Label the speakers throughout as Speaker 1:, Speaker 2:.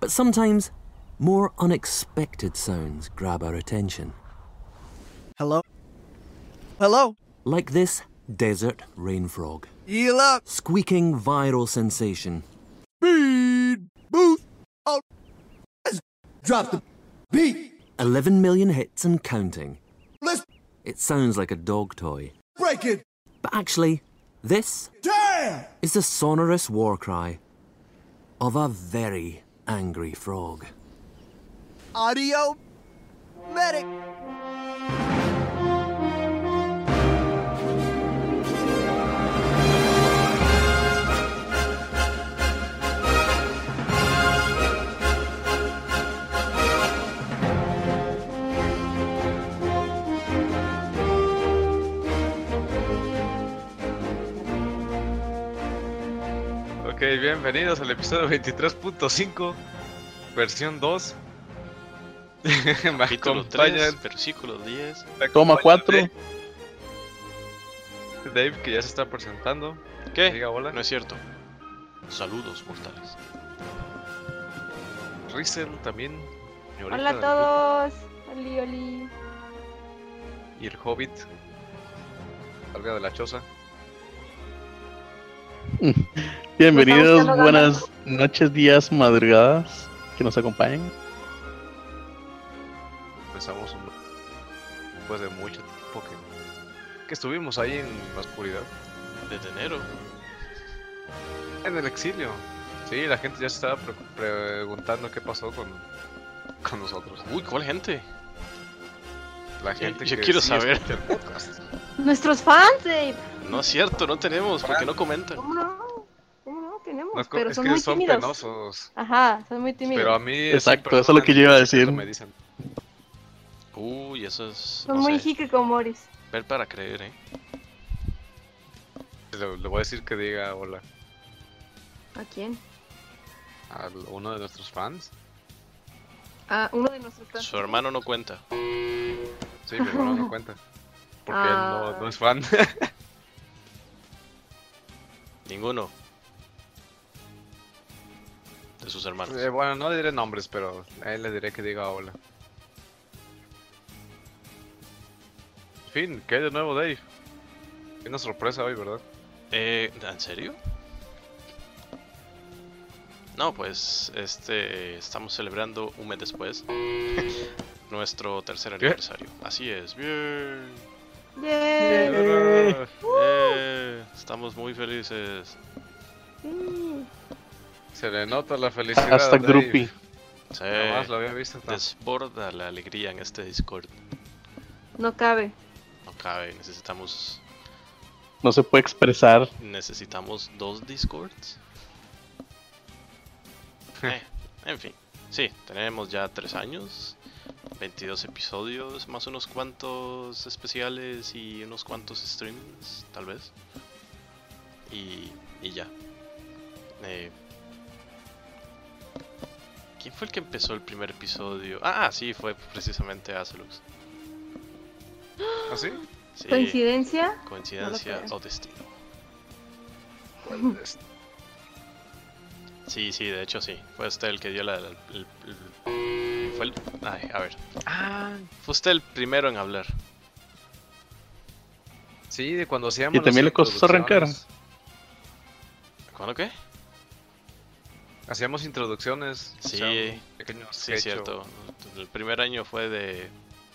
Speaker 1: But sometimes more unexpected sounds grab our attention,
Speaker 2: Hello? Hello?
Speaker 1: like this desert rain frog,
Speaker 2: Yila
Speaker 1: squeaking viral sensation.
Speaker 2: Speed Booth. Oh. Let's drop the beat.
Speaker 1: 11 million hits and counting.
Speaker 2: Let's
Speaker 1: It sounds like a dog toy.
Speaker 2: break it
Speaker 1: But actually, this
Speaker 2: down.
Speaker 1: is the sonorous war cry of a very angry frog.
Speaker 2: Audio medic.
Speaker 3: Ok, bienvenidos al episodio 23.5, versión 2. me
Speaker 4: Capítulo
Speaker 3: acompañan
Speaker 4: 3, versículo 10.
Speaker 3: me
Speaker 5: Toma
Speaker 3: acompaña
Speaker 5: 4.
Speaker 3: Dave- Dave, que ya se está presentando.
Speaker 4: ¿Qué?
Speaker 3: Diga hola.
Speaker 4: No es cierto. Saludos, mortales.
Speaker 3: Rizel también. señorita
Speaker 6: Hola
Speaker 3: del
Speaker 6: a todos. Oli, oli.
Speaker 3: grupo, Y el hobbit. Salga de la choza.
Speaker 5: Bienvenidos,
Speaker 6: buscando
Speaker 5: buenas noches, días, madrugadas que nos acompañen.
Speaker 3: Empezamos un... después de mucho tiempo que, que estuvimos ahí en la oscuridad.
Speaker 4: Desde enero.
Speaker 3: En el exilio. Sí, la gente ya se estaba pre- preguntando qué pasó con, con nosotros.
Speaker 4: Uy, ¿cuál gente?
Speaker 3: La
Speaker 4: Yo-
Speaker 3: gente
Speaker 4: yo
Speaker 3: que
Speaker 4: quiero
Speaker 3: sí
Speaker 4: saber.
Speaker 3: escucha el podcast.
Speaker 6: Nuestros fans, Dave.
Speaker 4: No es cierto, no tenemos, porque no comentan.
Speaker 6: ¿Cómo no? ¿Cómo no? Tenemos,
Speaker 3: No, es co-
Speaker 6: pero
Speaker 3: es
Speaker 6: son
Speaker 3: que
Speaker 6: muy
Speaker 3: son
Speaker 6: tímidos.
Speaker 3: penosos.
Speaker 6: Ajá, son muy tímidos.
Speaker 3: Pero ah, a mí. es
Speaker 5: Exacto,
Speaker 3: impersonal,
Speaker 5: eso es lo que yo iba a decir.
Speaker 3: Me dicen.
Speaker 4: Uy, eso es.
Speaker 6: son
Speaker 4: no
Speaker 6: muy
Speaker 4: sé,
Speaker 6: hikikomoris.
Speaker 4: ver para creer, eh.
Speaker 3: Le, le voy a decir que diga hola
Speaker 6: ¿A quién?
Speaker 3: a uno de nuestros fans.
Speaker 6: A uno de nuestros fans.
Speaker 4: Su hermano no cuenta.
Speaker 3: Sí, pero no no cuenta. Porque él
Speaker 6: Ah.
Speaker 3: no, no es fan.
Speaker 4: Ninguno. De sus hermanos.
Speaker 3: Eh, bueno, no le diré nombres, pero a él le diré que diga hola. En fin, ¿qué hay de nuevo, Dave? Hay una sorpresa hoy, ¿verdad?
Speaker 4: Eh, ¿En serio? No, pues este estamos celebrando un mes después nuestro tercer
Speaker 3: ¿Qué?
Speaker 4: aniversario. Así es, bien.
Speaker 6: Yay.
Speaker 5: Eh.
Speaker 4: Eh, estamos muy felices.
Speaker 6: Sí.
Speaker 3: Se le nota la felicidad.
Speaker 5: Hasta
Speaker 3: Dave.
Speaker 5: Drupi.
Speaker 4: Sí,
Speaker 5: Eh,
Speaker 3: Jamás lo había visto tan
Speaker 4: desborda la alegría en este Discord.
Speaker 6: No cabe.
Speaker 4: No cabe, necesitamos
Speaker 5: No se puede expresar.
Speaker 4: necesitamos dos Discords. Eh, en fin, sí, tenemos ya tres años, 22 episodios, más unos cuantos especiales y unos cuantos streams, tal vez. Y, y ya. Eh, ¿Quién fue el que empezó el primer episodio? Ah, sí, fue precisamente Azelux.
Speaker 3: ¿Ah, sí?
Speaker 4: Sí,
Speaker 6: ¿Coincidencia?
Speaker 4: coincidencia
Speaker 6: creo.
Speaker 4: o destino.
Speaker 3: Es-
Speaker 4: Sí, sí, de hecho sí. Fue usted el que dio la. la- el- el- fue el. Ay, a ver. Ah, fue usted el primero en hablar.
Speaker 3: Sí, de cuando hacíamos.
Speaker 5: Y también
Speaker 3: las
Speaker 5: le costó arrancar.
Speaker 3: introducciones.
Speaker 4: ¿Cuándo qué?
Speaker 3: Hacíamos introducciones.
Speaker 4: Sí,
Speaker 3: hacíamos un pequeño
Speaker 4: Sí, es
Speaker 3: sketch o-
Speaker 4: cierto. El primer año fue de,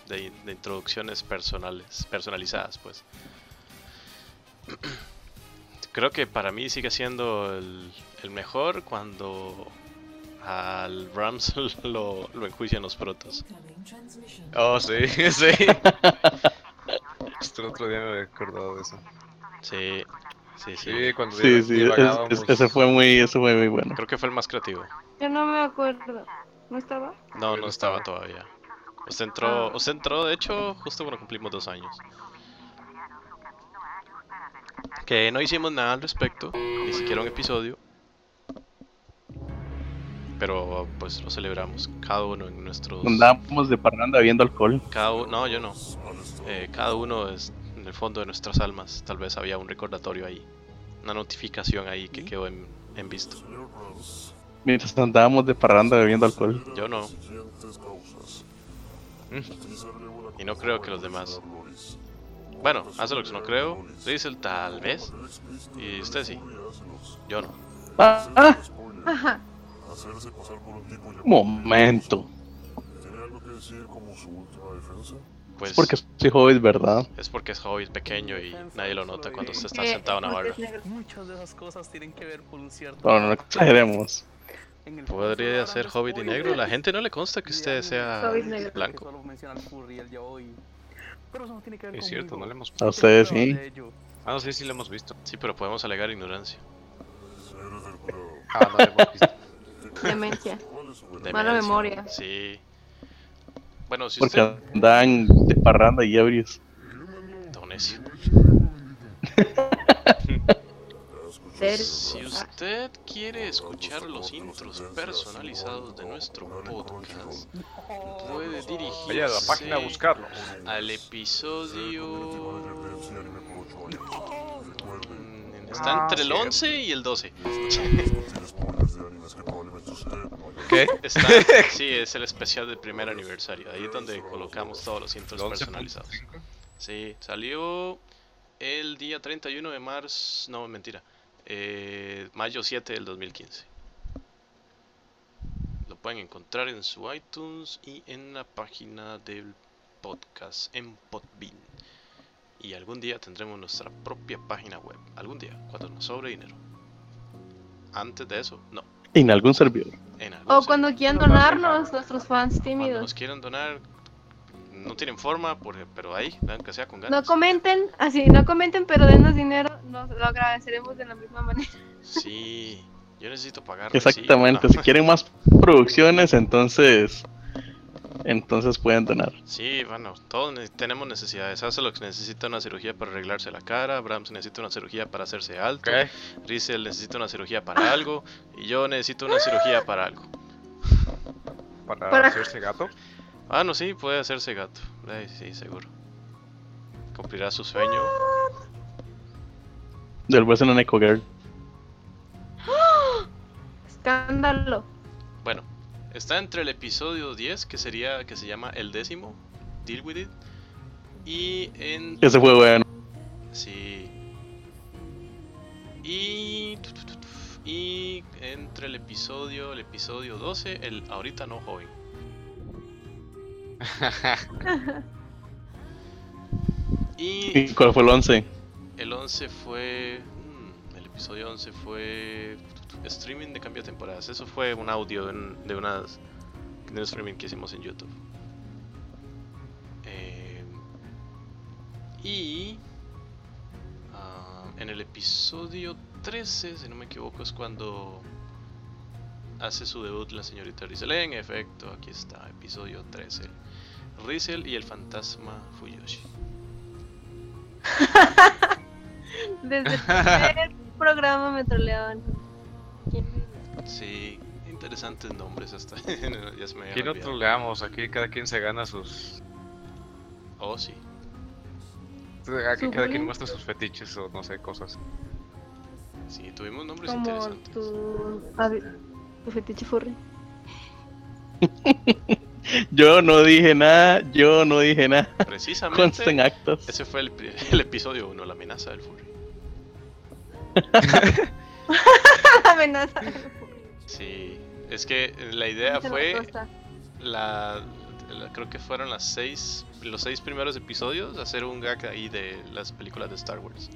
Speaker 4: de, de introducciones personales, personalizadas, pues. Creo que para mí sigue siendo el, el mejor cuando al Rams lo, lo enjuician los protos.
Speaker 3: Oh, sí, sí. Hasta el otro día me he acordado de eso.
Speaker 4: Sí, sí, sí.
Speaker 3: Sí, cuando
Speaker 5: Sí,
Speaker 3: div-
Speaker 5: sí, es-
Speaker 3: divagábamos.
Speaker 5: es- ese fue muy, ese fue muy bueno.
Speaker 4: Creo que fue el más creativo.
Speaker 6: Yo no me acuerdo. ¿No estaba?
Speaker 4: No,
Speaker 3: Yo
Speaker 4: no
Speaker 3: no
Speaker 4: estaba todavía. Usted entró,
Speaker 6: Ah.
Speaker 4: usted entró, de hecho, justo cuando cumplimos dos años. Que no hicimos nada al respecto, ni siquiera un episodio. Pero pues lo celebramos, cada uno en nuestros...
Speaker 5: Andábamos de parranda viendo alcohol.
Speaker 4: Cada uno, no, yo no. Eh, cada uno es en el fondo de nuestras almas. Tal vez había un recordatorio ahí, una notificación ahí que quedó en, en visto.
Speaker 5: Mientras andábamos de parranda bebiendo alcohol.
Speaker 4: Yo no. Mm. Y no creo que los demás. Bueno, Azelox no creo. Rizel tal vez. Y usted sí. Yo no.
Speaker 5: Ah, ah,
Speaker 6: Ajá.
Speaker 5: momento.
Speaker 4: Pues
Speaker 5: Porque soy joven, ¿verdad?
Speaker 4: es porque es hobby es pequeño y nadie lo nota cuando usted
Speaker 6: Eh,
Speaker 4: está sentado en una barra.
Speaker 7: Muchas de esas cosas tienen que ver con un cierto.
Speaker 5: No, no exageremos.
Speaker 7: en el
Speaker 4: Ah, Podría
Speaker 7: fondo
Speaker 4: ser
Speaker 7: ahora
Speaker 4: hobbit y
Speaker 7: soy
Speaker 4: negro. La gente no le consta que usted sea
Speaker 6: Hobbit negro.
Speaker 7: Que
Speaker 4: blanco.
Speaker 7: solo menciona el curry el yaoi. Pero eso no tiene que ver
Speaker 3: Es cierto, no
Speaker 7: conmigo.
Speaker 3: le hemos.
Speaker 5: A ustedes
Speaker 7: Prueba
Speaker 5: sí.
Speaker 7: de ello.
Speaker 3: Ah, no, sí, sí lo hemos visto.
Speaker 4: Sí, pero podemos alegar ignorancia.
Speaker 3: Ah, no lo hemos visto.
Speaker 6: Demencia.
Speaker 4: Demencia.
Speaker 6: memoria.
Speaker 4: Sí. Bueno, si
Speaker 5: Porque
Speaker 4: usted.
Speaker 5: andaban de parranda y ebrios.
Speaker 4: Don necio.
Speaker 6: Ser. Ah.
Speaker 4: Si usted quiere escuchar los intros personalizados de nuestro podcast, puede
Speaker 3: Vaya a la página a
Speaker 4: dirigirse
Speaker 3: buscarlo.
Speaker 4: al episodio. Mm, Está
Speaker 3: Ah,
Speaker 4: entre el
Speaker 3: cierto.
Speaker 4: 11 y el 12.
Speaker 3: ¿Qué?
Speaker 4: Está, sí, es el especial del primer aniversario. Ahí es donde colocamos todos los
Speaker 3: El
Speaker 4: intros
Speaker 3: 11.5.
Speaker 4: personalizados. Sí, salió el día 31 de marzo. No, mentira. eh, mayo 7 del 2015. Lo pueden encontrar en su iTunes y en la página del podcast en Podbean. Y algún día tendremos nuestra propia página web. Algún día, cuando nos sobre dinero. Antes de eso, no.
Speaker 5: En algún servidor.
Speaker 4: En algún
Speaker 6: O
Speaker 4: sitio.
Speaker 6: cuando quieran donarnos, nuestros fans
Speaker 4: Cuando nos
Speaker 6: tímidos.
Speaker 4: quieran donar, no tienen forma, porque- pero ahí, aunque sea con
Speaker 6: No
Speaker 4: ganas.
Speaker 6: comenten, así, no comenten, pero denos dinero, nos lo agradeceremos de la misma manera.
Speaker 4: Sí, yo necesito pagar.
Speaker 5: Exactamente. Si quieren más producciones, entonces. Entonces pueden donar.
Speaker 4: Sí, bueno, todos ne- tenemos necesidades. Azelox necesita una cirugía para arreglarse la cara, Brahms necesita una cirugía para hacerse alto,
Speaker 3: ¿Qué?
Speaker 4: Rizel necesita una cirugía para algo, y yo necesito una cirugía para algo.
Speaker 3: ¿Para,
Speaker 6: Para-
Speaker 3: hacerse gato?
Speaker 4: Ah, no, sí, puede hacerse gato. Ay, sí, seguro. Cumplirá su sueño.
Speaker 5: Del en una Eco Girl.
Speaker 6: Escándalo.
Speaker 4: Bueno, está entre el episodio 10, que sería, que se llama el décimo, Deal with it, y en
Speaker 5: Ese fue bueno.
Speaker 4: Sí. Y. tu, tu, tu, tu, Y entre el episodio, el episodio 12, el ahorita no joven. y
Speaker 5: ¿Y cuál fue el 11?
Speaker 4: el 11 fue. mm, El episodio 11 fue. tu, tu, Streaming de cambio de temporadas. Eso fue un audio de, un- de unas. De un streaming que hicimos en YouTube. Eh, y. ah, en el episodio 13, si no me equivoco, es cuando. Hace su debut la señorita Rizel. En efecto, aquí está, episodio 13. Rizel y el fantasma Fuyoshi.
Speaker 6: Desde el primer programa me troleaban. ¿Quién
Speaker 4: Sí, interesantes nombres hasta. ya se me
Speaker 3: Aquí
Speaker 4: habían
Speaker 3: no
Speaker 4: olvidado.
Speaker 3: troleamos, aquí cada quien se gana sus.
Speaker 4: Oh, sí.
Speaker 3: Aquí cada
Speaker 6: bullying?
Speaker 3: quien muestra sus fetiches o no sé, cosas.
Speaker 4: Pues Sí, tuvimos nombres
Speaker 6: Como
Speaker 4: interesantes.
Speaker 6: tu, abi- tu fetiche furry.
Speaker 5: Yo no dije nada. Yo no dije nada. Consta en
Speaker 4: Precisamente.
Speaker 5: actas.
Speaker 4: ese fue el, pri- el episodio 1, la amenaza del furry.
Speaker 6: Amenaza.
Speaker 4: Sí, es que la idea fue la, la- creo que fueron las seis, los seis primeros episodios, hacer un gag ahí de las películas de Star Wars.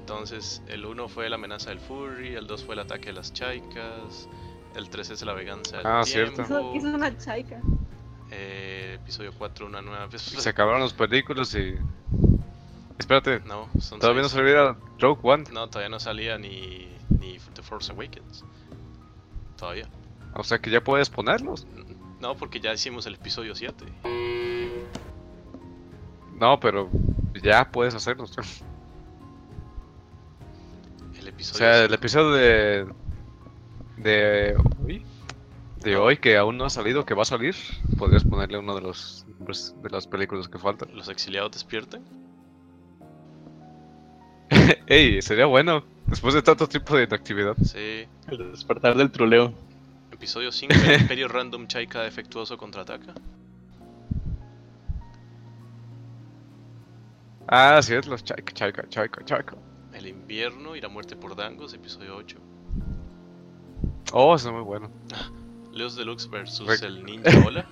Speaker 4: Entonces, el uno fue la amenaza del furry, el dos fue el ataque de las chaicas, el tres es la venganza del
Speaker 3: Ah,
Speaker 4: tiempo,
Speaker 3: cierto.
Speaker 6: Hizo, hizo una chaica.
Speaker 4: eh, episodio 4 una nueva...
Speaker 3: Se acabaron los películas y. Espérate,
Speaker 4: No, son
Speaker 3: todavía no
Speaker 4: seis.
Speaker 3: se olvida Rogue One.
Speaker 4: No, todavía no salía ni, ni The Force Awakens. Todavía.
Speaker 3: O sea que ya puedes ponerlos.
Speaker 4: No, porque ya hicimos el episodio 7.
Speaker 3: No, pero ya puedes hacerlos. O
Speaker 4: El episodio
Speaker 3: sea, el
Speaker 4: siete.
Speaker 3: episodio de. de hoy. De hoy que aún no ha salido, que va a salir, podrías ponerle uno de los pues, de las películas que faltan.
Speaker 4: ¿Los exiliados despiertan?
Speaker 3: Ey, sería bueno. Después de tanto tiempo de inactividad.
Speaker 4: Sí.
Speaker 5: El despertar del troleo.
Speaker 4: Episodio 5, el Imperio Random Chaika defectuoso contraataca.
Speaker 3: Ah, sí, es los chaika, chaika, chaika, chaika.
Speaker 4: El invierno y la muerte por Dangos, episodio 8.
Speaker 3: Oh, eso es muy bueno.
Speaker 4: Leos Deluxe versus
Speaker 3: Rec-
Speaker 4: el Ninja Ola.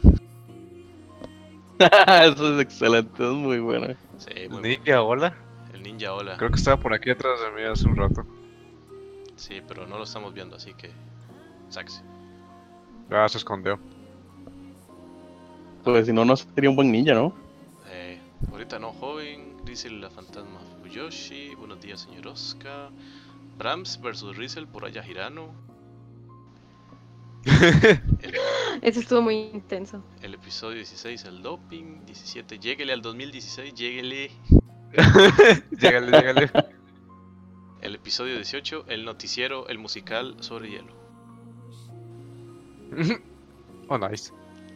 Speaker 5: Eso es excelente, es muy bueno.
Speaker 4: Sí, muy
Speaker 3: Ninja, hola.
Speaker 4: bueno. El Ninja Ola.
Speaker 3: Creo que estaba por aquí atrás de mí hace un rato.
Speaker 4: Sí, pero no lo estamos viendo, así que. Saxe.
Speaker 3: Ah, se escondió.
Speaker 5: Pues si no, no sería un buen ninja, ¿no?
Speaker 4: Eh, ahorita no, joven. Rizel la fantasma Fuyoshi. Buenos días, señor Oscar. Brahms versus Rizel por allá Girano. El,
Speaker 6: Eso estuvo muy intenso.
Speaker 4: el episodio 16, el doping. 17, lléguele al 2016, lléguele.
Speaker 3: Llegale, llegale.
Speaker 4: El episodio 18, el noticiero, el musical sobre hielo.
Speaker 3: Oh, nice.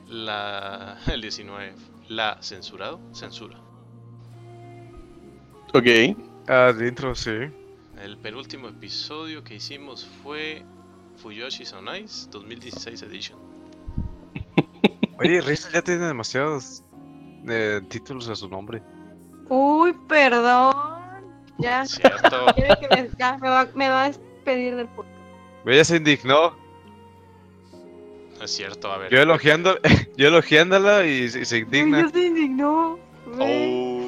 Speaker 4: La, el 19, la censurado, censura.
Speaker 5: Ok.
Speaker 3: Ah, dentro, sí.
Speaker 4: El penúltimo episodio que hicimos fue Fuyoshi's on Ice 2016 Edition.
Speaker 3: Oye, Rizel ya tiene demasiados eh, títulos a su nombre.
Speaker 6: Uy, perdón. Ya.
Speaker 4: Cierto.
Speaker 6: Quiere que me, ya, me va, me va a despedir del podcast.
Speaker 3: Ella se indignó.
Speaker 4: No es cierto, a ver.
Speaker 3: Yo, elogiando, yo elogiándola y, se- y se
Speaker 6: Uy,
Speaker 3: indigna.
Speaker 6: Dios se indignó. Ve.
Speaker 4: Oh.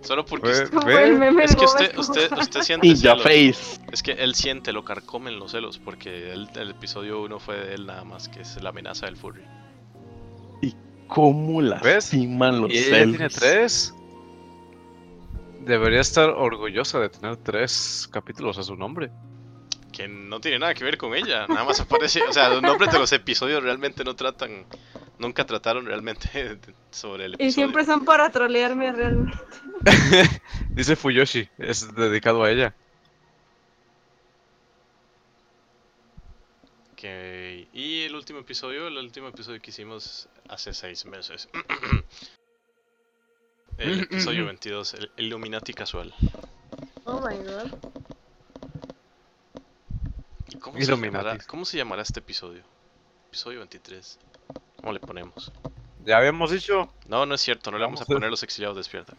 Speaker 4: Solo porque
Speaker 3: Ve-
Speaker 4: usted-
Speaker 6: Como
Speaker 3: ve,
Speaker 6: el meme
Speaker 4: Oh, es
Speaker 6: del
Speaker 4: que
Speaker 6: Bob
Speaker 4: usted,
Speaker 6: Esponja.
Speaker 4: usted, usted siente
Speaker 5: Ninja
Speaker 4: celos.
Speaker 5: Face.
Speaker 4: Es que él siente, lo carcomen los celos, porque él- el episodio 1 fue de él nada más, que es la amenaza del furry.
Speaker 5: ¿Cómo
Speaker 3: ¿Ves?
Speaker 5: lastiman los
Speaker 3: Y ella ya
Speaker 5: celos?
Speaker 3: tiene tres. Debería estar orgullosa de tener tres capítulos a su nombre.
Speaker 4: Que no tiene nada que ver con ella, nada más aparece, o sea, los nombres de los episodios realmente no tratan, nunca trataron realmente de- sobre el episodio.
Speaker 6: Y siempre son para trolearme realmente.
Speaker 3: Dice Fuyoshi, es dedicado a ella.
Speaker 4: Ok, Y el último episodio, el último episodio que hicimos hace seis meses. el episodio 22, el Illuminati casual.
Speaker 6: Oh my god.
Speaker 4: ¿Y cómo, se llamará,
Speaker 3: Illuminatis.
Speaker 4: cómo se llamará este episodio? Episodio 23. ¿Cómo le ponemos?
Speaker 3: Ya habíamos dicho
Speaker 4: No, no es cierto, no le vamos a
Speaker 3: Vamos a-
Speaker 4: poner los exiliados despierta.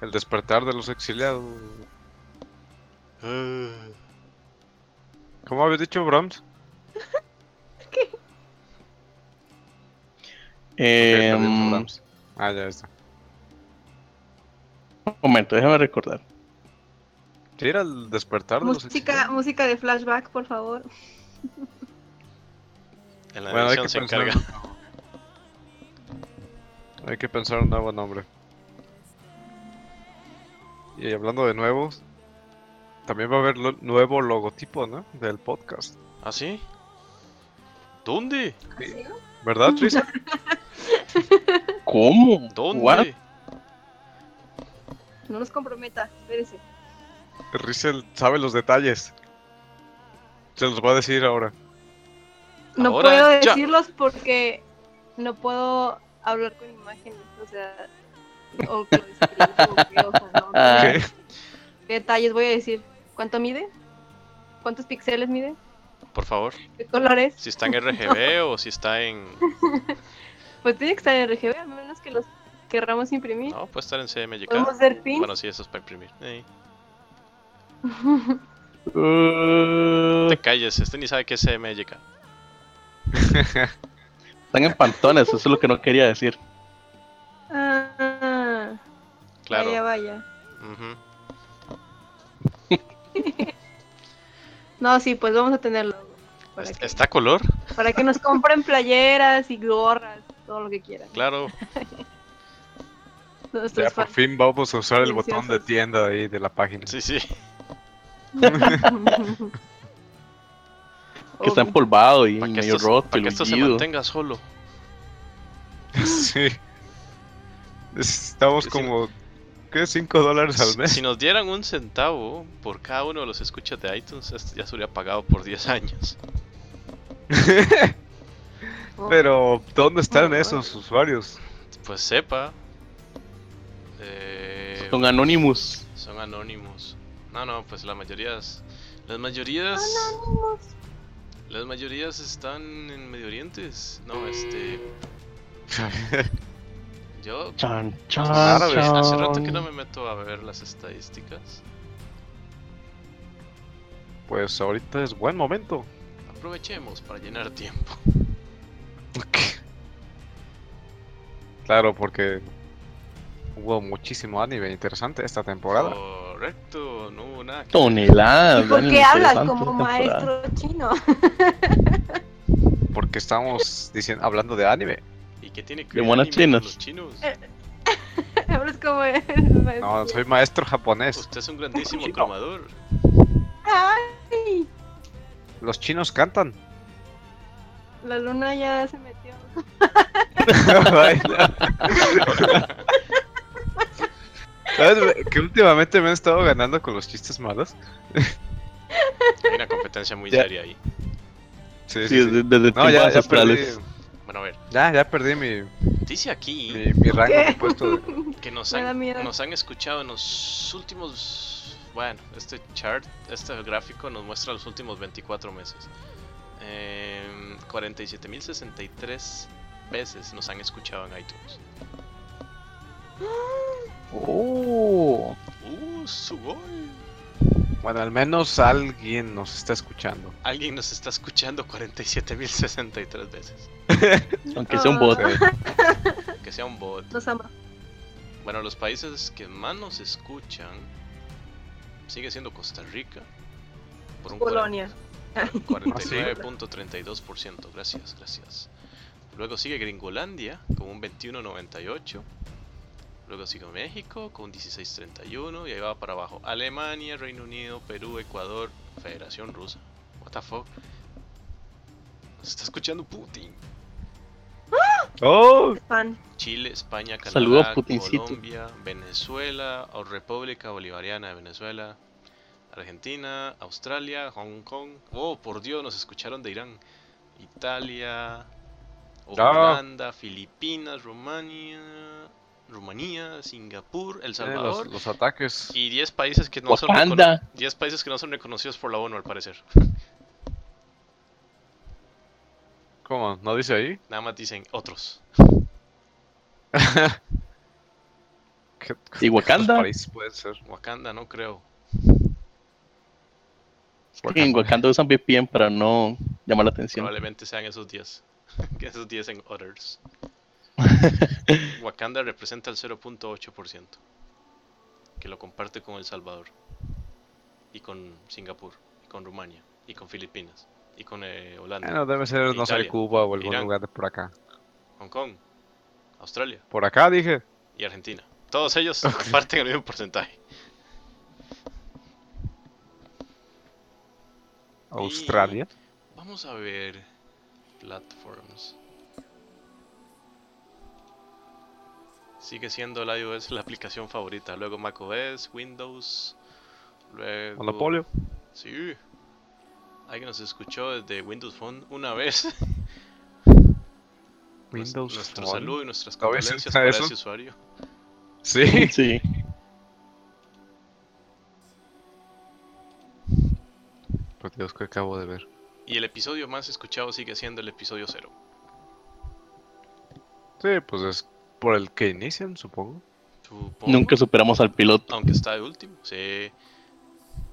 Speaker 3: el despertar de los exiliados. ¿Cómo habías dicho, Brahms? Ok,
Speaker 5: Eh,
Speaker 3: también
Speaker 5: mm,
Speaker 3: Brahms. Ah, ya está.
Speaker 5: un momento, déjame recordar.
Speaker 3: Sí, era el despertar de los
Speaker 6: Música,
Speaker 3: exiliados.
Speaker 6: música de flashback, por favor.
Speaker 4: En la
Speaker 3: Bueno, hay que
Speaker 4: edición se
Speaker 3: pensar en
Speaker 4: encarga.
Speaker 3: Hay que pensar un nuevo nombre. Y hablando de nuevos, también va a haber lo- nuevo logotipo, ¿no? Del podcast.
Speaker 4: ¿Ah, sí? ¿Dónde?
Speaker 3: ¿Verdad, Trisa?
Speaker 5: ¿Cómo?
Speaker 4: ¿Dónde?
Speaker 5: What?
Speaker 6: No nos comprometa, espérese.
Speaker 3: Rizel sabe los detalles. Se los va a decir ahora.
Speaker 6: No
Speaker 4: Ahora,
Speaker 6: puedo
Speaker 4: ya.
Speaker 6: decirlos porque no puedo hablar con imágenes, o sea, o que lo describo, o qué, ojo, no,
Speaker 5: Ah.
Speaker 6: ¿Qué? detalles voy a decir. ¿Cuánto mide? ¿Cuántos píxeles mide?
Speaker 4: Por favor,
Speaker 6: ¿Qué colores?
Speaker 4: si está en RGB o si está en...
Speaker 6: Pues tiene que estar en RGB, al menos que los querramos imprimir.
Speaker 4: No, puede estar en CMYK.
Speaker 6: Podemos hacer pins.
Speaker 4: Bueno, sí, eso es para imprimir. Ey.
Speaker 5: Uh,
Speaker 4: Te calles, este ni sabe qué es CMYK.
Speaker 5: están en pantones, eso es lo que no quería decir.
Speaker 6: Ah,
Speaker 4: Claro.
Speaker 6: Vaya, vaya.
Speaker 4: Ujú.
Speaker 6: No, sí, pues vamos a tenerlo. Para,
Speaker 4: ¿Est-
Speaker 6: que,
Speaker 4: ¿Está color?
Speaker 6: para que nos compren playeras y gorras, todo lo que quieran.
Speaker 4: Claro.
Speaker 6: Nuestros
Speaker 3: Ya por
Speaker 6: fans.
Speaker 3: fin vamos a usar el botón de
Speaker 6: Deliciosos.
Speaker 3: tienda ahí de la página.
Speaker 4: Sí, sí.
Speaker 5: Que está
Speaker 6: Ok.
Speaker 5: empolvado y
Speaker 4: Para que,
Speaker 5: medio
Speaker 4: esto, se-
Speaker 5: roto
Speaker 4: pa'
Speaker 5: y
Speaker 4: que esto se
Speaker 5: luyido.
Speaker 4: mantenga solo.
Speaker 3: Sí. Necesitamos
Speaker 4: Sí, sí.
Speaker 3: como. ¿Qué? 5 dólares al
Speaker 4: Si,
Speaker 3: mes.
Speaker 4: si nos dieran un centavo por cada uno de los escuchas de iTunes, esto ya se hubiera pagado por 10 años.
Speaker 3: Pero, ¿dónde están
Speaker 6: Ah,
Speaker 3: esos usuarios?
Speaker 4: Pues sepa. Eh,
Speaker 5: Son Anonymous.
Speaker 4: son son anónimos. No, no, pues la mayoría. es- Las mayorías.
Speaker 6: Anónimos.
Speaker 4: Las mayorías están en Medio Oriente. No, este. Yo.
Speaker 5: Chan, chan,
Speaker 4: Hace
Speaker 5: chan.
Speaker 4: hace rato que no me meto a ver las estadísticas.
Speaker 3: Pues ahorita es buen momento.
Speaker 4: Aprovechemos para llenar tiempo.
Speaker 3: Claro, porque hubo muchísimo anime interesante esta temporada.
Speaker 4: Oh. Correcto, no hubo nada. que-
Speaker 5: Toneladas.
Speaker 6: ¿Por
Speaker 5: Dani,
Speaker 6: qué hablas
Speaker 5: interesante
Speaker 6: como
Speaker 5: temporada.
Speaker 6: maestro chino?
Speaker 3: Porque estamos diciendo, hablando de anime.
Speaker 4: ¿Y qué tiene que
Speaker 5: De
Speaker 4: ver
Speaker 5: monas
Speaker 4: anime con
Speaker 5: chinas.
Speaker 4: los chinos?
Speaker 6: hablas como el maestro.
Speaker 3: No, soy maestro japonés.
Speaker 4: Usted es un grandísimo
Speaker 3: Chino.
Speaker 4: cromador.
Speaker 6: Ay,
Speaker 3: Los chinos cantan.
Speaker 6: la luna ya se metió.
Speaker 3: ¿Sabes? Que últimamente me han estado ganando con los chistes malos.
Speaker 4: Hay una competencia muy
Speaker 5: Ya.
Speaker 4: seria ahí.
Speaker 3: Sí,
Speaker 5: Sí, desde, desde
Speaker 3: No,
Speaker 5: tiempos
Speaker 3: ya, ya perdí,
Speaker 5: ancestrales.
Speaker 4: Bueno, a ver.
Speaker 3: ya, ya perdí mi,
Speaker 4: Dice aquí.
Speaker 3: mi, mi rango
Speaker 6: ¿Qué?
Speaker 3: de puesto. de-
Speaker 4: que nos
Speaker 6: Me da
Speaker 4: han,
Speaker 6: miedo.
Speaker 4: nos han escuchado en los últimos. Bueno, este chart, este gráfico nos muestra los últimos 24 meses. Em, 47.063 veces nos han escuchado en iTunes.
Speaker 5: Oh.
Speaker 4: ¡Uh, Sugoi!
Speaker 3: Bueno, al menos alguien nos está escuchando.
Speaker 4: Alguien nos está escuchando 47.063 veces.
Speaker 5: Aunque sea un
Speaker 6: Ah.
Speaker 5: bot.
Speaker 4: Que sea un bot.
Speaker 6: Los ama.
Speaker 4: Bueno, los países que más nos escuchan sigue siendo Costa Rica. Por un cuarenta-
Speaker 6: Polonia.
Speaker 4: 49.32%, gracias, gracias. Luego sigue Gringolandia con un 21.98. Luego sigue México con 16.31 y ahí va para abajo. Alemania, Reino Unido, Perú, Ecuador, Federación Rusa. What the fuck? Nos está escuchando Putin.
Speaker 3: ¡Oh!
Speaker 6: Fan.
Speaker 4: Chile, España, Canadá,
Speaker 5: Saludos, Putincito.
Speaker 4: Colombia, Venezuela, o República Bolivariana de Venezuela, Argentina, Australia, Hong Kong. Oh, por Dios, nos escucharon de Irán.
Speaker 3: Ah.
Speaker 4: Italia, Holanda, Filipinas, Rumania, Rumanía, Singapur, El
Speaker 3: Tiene los,
Speaker 4: Salvador.
Speaker 3: los ataques.
Speaker 4: Y 10 países que no son
Speaker 5: Wakanda.
Speaker 4: recono- 10 países que no son reconocidos por la ONU al parecer.
Speaker 3: ¿Cómo? ¿No dice ahí?
Speaker 4: Nada más dicen otros.
Speaker 3: ¿Qué-
Speaker 5: ¿Y Wakanda?
Speaker 3: ¿Qué otros países puede ser?
Speaker 4: Wakanda no creo.
Speaker 5: En Wakanda usan VPN para no llamar la atención.
Speaker 4: Probablemente sean esos 10. Que esos 10 en Others. Wakanda representa el 0.8%. Que lo comparte con El Salvador. Y con Singapur. Y con Rumania. Y con Filipinas. Y con eh, Holanda.
Speaker 3: Bueno, debe ser, no sé,
Speaker 4: Italia,
Speaker 3: Cuba o algún
Speaker 4: Irán.
Speaker 3: lugar de por acá.
Speaker 4: Hong Kong. Australia.
Speaker 3: Por acá dije.
Speaker 4: Y Argentina. Todos ellos comparten el mismo porcentaje.
Speaker 3: Australia.
Speaker 4: Vamos a ver. Platforms. Sigue siendo el iOS la aplicación favorita. Luego macOS, Windows. Luego...
Speaker 3: Monopolio.
Speaker 4: Sí. Alguien nos escuchó desde Windows Phone una vez. Nues-
Speaker 3: Windows
Speaker 4: Nuestro
Speaker 3: Phone.
Speaker 4: saludo y nuestras
Speaker 3: ¿Todavía
Speaker 4: condolencias
Speaker 3: existe
Speaker 4: para
Speaker 3: eso?
Speaker 4: ese usuario.
Speaker 3: Sí.
Speaker 5: Sí.
Speaker 3: Por Dios, que acabo de ver.
Speaker 4: Y el episodio más escuchado sigue siendo el episodio 0.
Speaker 3: Sí, pues es por el que inician, supongo.
Speaker 4: Supongo,
Speaker 5: Nunca superamos al piloto.
Speaker 4: Aunque está de último. Sí.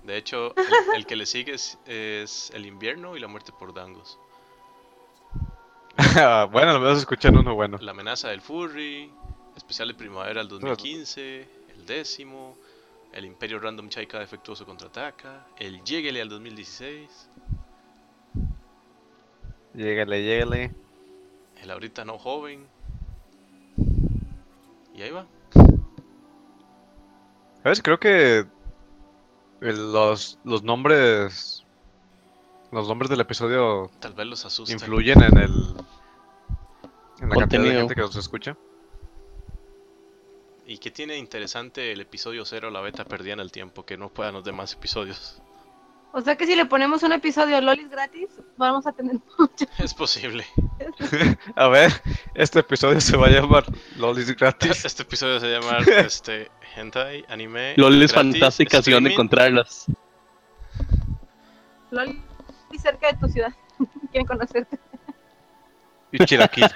Speaker 4: De hecho, el, el que le sigue es, es el invierno y la muerte por Dangos.
Speaker 3: bueno, al menos escuchan uno bueno.
Speaker 4: La amenaza del Furry, especial de primavera del 2015, el décimo, el Imperio Random Chaika defectuoso contraataca, el Lléguele al 2016,
Speaker 3: Llegale, llegale.
Speaker 4: el Ahorita No Joven. Y ahí va.
Speaker 3: ¿Sabes? Creo que el- los, los nombres. Los nombres del episodio
Speaker 4: Tal vez los asusta.
Speaker 3: influyen en el. En la cantidad de
Speaker 5: Contenido.
Speaker 3: gente que nos escucha.
Speaker 4: ¿Y qué tiene interesante el episodio 0, la beta perdida en el tiempo, que no puedan los demás episodios?
Speaker 6: O sea que si le ponemos un episodio a Lolis gratis, vamos a tener mucho.
Speaker 4: Es posible.
Speaker 3: A ver, este episodio se va a llamar Lolis gratis.
Speaker 4: Este episodio se llama este, Hentai, Anime.
Speaker 5: Lolis
Speaker 4: gratis,
Speaker 5: fantásticas y dónde
Speaker 4: streaming.
Speaker 5: encontrarlas.
Speaker 6: Lolis cerca de tu ciudad. Quieren conocerte.
Speaker 3: Y Chiraquil.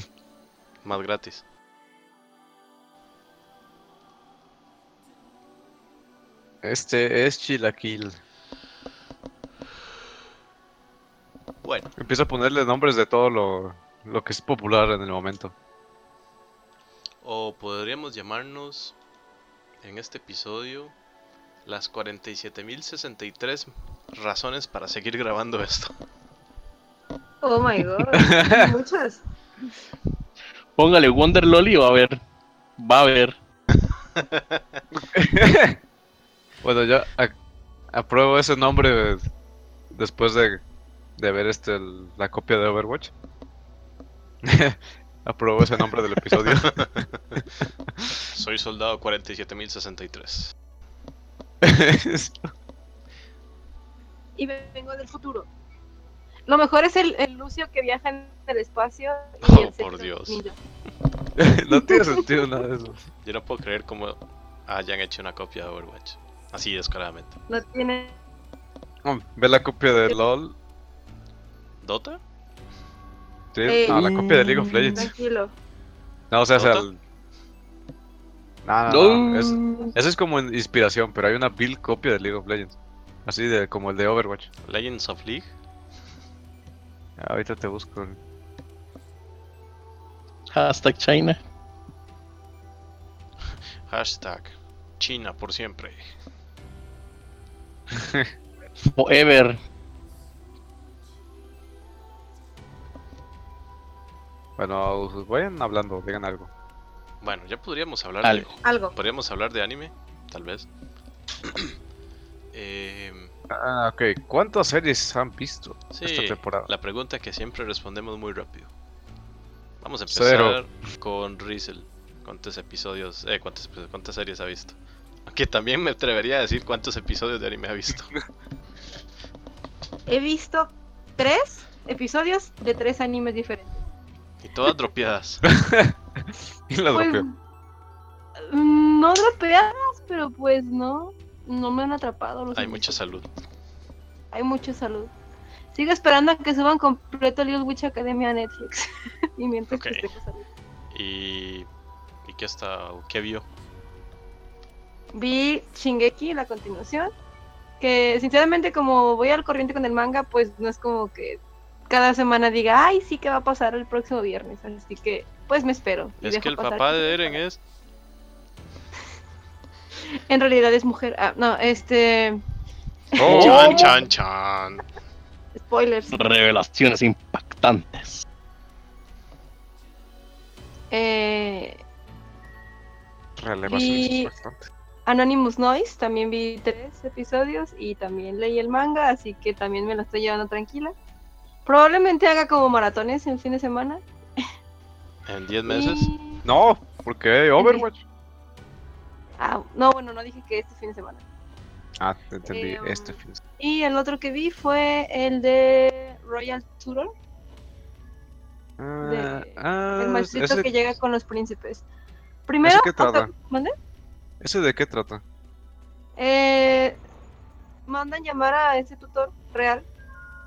Speaker 4: Más gratis.
Speaker 3: Este es Chilaquil.
Speaker 4: Bueno,
Speaker 3: Empiezo a ponerle nombres de todo lo, lo que es popular en el momento.
Speaker 4: o podríamos llamarnos en este episodio las 47.063 razones para seguir grabando esto.
Speaker 6: Oh my god. Muchas.
Speaker 5: Póngale Wonder Loli y va a ver. Va a ver.
Speaker 3: Bueno, yo a- apruebo ese nombre después de, de ver este el- la copia de Overwatch. apruebo ese nombre del episodio.
Speaker 4: Soy soldado 47.063.
Speaker 6: Y vengo del futuro. Lo mejor es el, el Lucio que viaja en el espacio. Y
Speaker 4: Oh,
Speaker 6: el sexo
Speaker 4: por Dios.
Speaker 6: anillo.
Speaker 3: no tiene sentido nada de eso.
Speaker 4: Yo no puedo creer cómo hayan hecho una copia de Overwatch. Así descaradamente.
Speaker 6: No tiene.
Speaker 3: Mm, Ve la copia de LOL.
Speaker 4: ¿Dota?
Speaker 3: Sí,
Speaker 6: Eh,
Speaker 3: no, la copia de League of Legends.
Speaker 6: Tranquilo.
Speaker 3: No, o sea, o sea,
Speaker 4: ¿Dota?
Speaker 3: el- No, no, no, es-
Speaker 5: No.
Speaker 3: eso es como en- inspiración, pero hay una build copia de League of Legends. Así de como el de Overwatch.
Speaker 4: Legends of League.
Speaker 3: Ahorita te busco. el-
Speaker 5: Hashtag China.
Speaker 4: Hashtag China por siempre.
Speaker 5: Forever.
Speaker 3: Bueno, us- vayan hablando, digan algo.
Speaker 4: Bueno, ya podríamos hablar de-
Speaker 5: Algo.
Speaker 6: Algo.
Speaker 4: podríamos hablar de anime, tal vez. Em,
Speaker 3: Ah, ok. ¿Cuántas series han visto esta
Speaker 4: sí,
Speaker 3: temporada?
Speaker 4: la pregunta que siempre respondemos muy rápido. Vamos a empezar
Speaker 3: Cero.
Speaker 4: con Rizel. ¿Cuántos episodios, eh, cuántos episodios- cuántas series ha visto? Aunque también me atrevería a decir cuántos episodios de anime ha visto.
Speaker 6: He visto tres episodios de tres animes diferentes.
Speaker 4: Y todas dropeadas.
Speaker 3: Y la
Speaker 6: Pues,
Speaker 3: dropeó.
Speaker 6: mm, no dropeadas, pero pues no. No me han atrapado. los
Speaker 4: Hay
Speaker 6: animes.
Speaker 4: mucha salud.
Speaker 6: Hay mucha salud. Sigo esperando a que suban completo Little Witch Academia a Netflix. y mientras
Speaker 4: Ok.
Speaker 6: que tengo salud.
Speaker 4: Y. ¿Y qué hasta qué vio?
Speaker 6: Vi Shingeki, la continuación. Que sinceramente, como voy al corriente con el manga, pues no es como que cada semana diga, ay, sí que va a pasar el próximo viernes. Así que, pues me espero. y
Speaker 4: Es
Speaker 6: dejo
Speaker 4: que el
Speaker 6: pasar
Speaker 4: papá
Speaker 6: tiempo.
Speaker 4: de Eren es.
Speaker 6: En realidad es mujer. Ah, no, este.
Speaker 3: Oh.
Speaker 4: Chan, chan, chan.
Speaker 6: Spoilers.
Speaker 5: Revelaciones impactantes.
Speaker 6: Eh,
Speaker 3: Relevación
Speaker 6: y-
Speaker 3: importante.
Speaker 6: Anonymous Noise, también vi tres episodios y también leí el manga, así que también me lo estoy llevando tranquila. Probablemente haga como maratones en fin de semana.
Speaker 4: En 10
Speaker 6: y-
Speaker 4: meses.
Speaker 3: No, porque Overwatch.
Speaker 6: Ah, no, bueno, no dije que este fin de semana.
Speaker 3: Ah, te entendí.
Speaker 6: Em,
Speaker 3: este fin.
Speaker 6: Y el otro que vi fue el de Royal Tutor,
Speaker 3: Ah,
Speaker 6: de-
Speaker 3: ah,
Speaker 6: el machito
Speaker 3: ese,
Speaker 6: que llega con los príncipes. Primero,
Speaker 3: qué
Speaker 6: o
Speaker 3: trata?
Speaker 6: sea, ¿mande?
Speaker 3: ¿ese de qué trata?
Speaker 6: Eh, mandan llamar a ese tutor real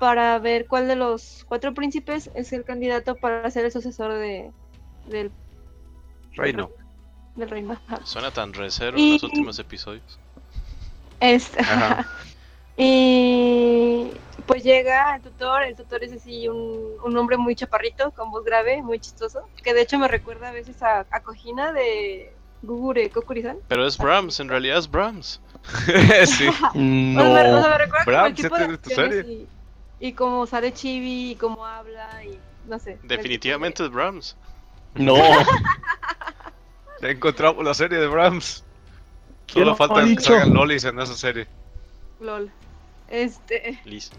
Speaker 6: para ver cuál de los cuatro príncipes es el candidato para ser el sucesor de, del
Speaker 3: Reino.
Speaker 6: del reino. Ajá.
Speaker 4: Suena tan recero
Speaker 6: Y-
Speaker 4: en los últimos episodios.
Speaker 6: Este,
Speaker 3: Ajá.
Speaker 6: y pues llega el tutor, el tutor es así un, un hombre muy chaparrito, con voz grave, muy chistoso, que de hecho me recuerda a veces a, a Kojina de Gugure Kokurisan.
Speaker 4: Pero es Brahms, en realidad es Brahms.
Speaker 3: sí.
Speaker 6: O sea, me- o sea,
Speaker 5: No.
Speaker 6: me recuerda como
Speaker 3: Bram,
Speaker 6: el tipo
Speaker 3: sí
Speaker 6: de
Speaker 3: tiene tu
Speaker 6: acciones y, y cómo sale Chibi, y cómo habla, y no sé. el tipo de-
Speaker 4: Definitivamente es Brahms.
Speaker 5: No.
Speaker 3: Ya encontramos la serie de Brahms.
Speaker 5: ¿Quién
Speaker 3: Solo
Speaker 5: lo
Speaker 3: falta
Speaker 5: ha
Speaker 3: que
Speaker 5: dicho?
Speaker 3: salgan lolis en esa serie.
Speaker 6: LOL. Este,
Speaker 4: Liz.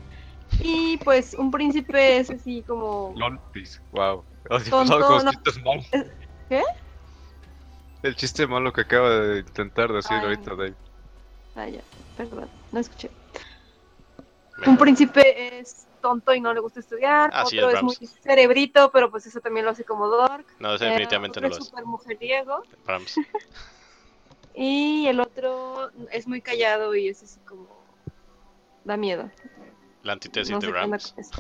Speaker 6: y pues un príncipe es así como...
Speaker 3: Lolis. Wow.
Speaker 6: Tonto, no. ¿Qué?
Speaker 3: El chiste malo que acaba de intentar decir
Speaker 6: Ay,
Speaker 3: ahorita, Dave.
Speaker 6: Ah, ya, perdón, no escuché. Un príncipe es tonto y no le gusta estudiar,
Speaker 4: Ah, sí,
Speaker 6: otro
Speaker 4: es
Speaker 6: es muy
Speaker 4: Brahms.
Speaker 6: cerebrito, pero pues eso también lo hace como dork.
Speaker 4: No, ese
Speaker 6: eh,
Speaker 4: definitivamente
Speaker 6: otro
Speaker 4: no lo
Speaker 6: es
Speaker 4: es.
Speaker 6: súper mujeriego
Speaker 4: Brahms.
Speaker 6: y el otro es muy callado y es así como da miedo.
Speaker 4: La antítesis
Speaker 6: no
Speaker 4: de
Speaker 6: sé qué onda
Speaker 4: Brahms.
Speaker 6: con eso.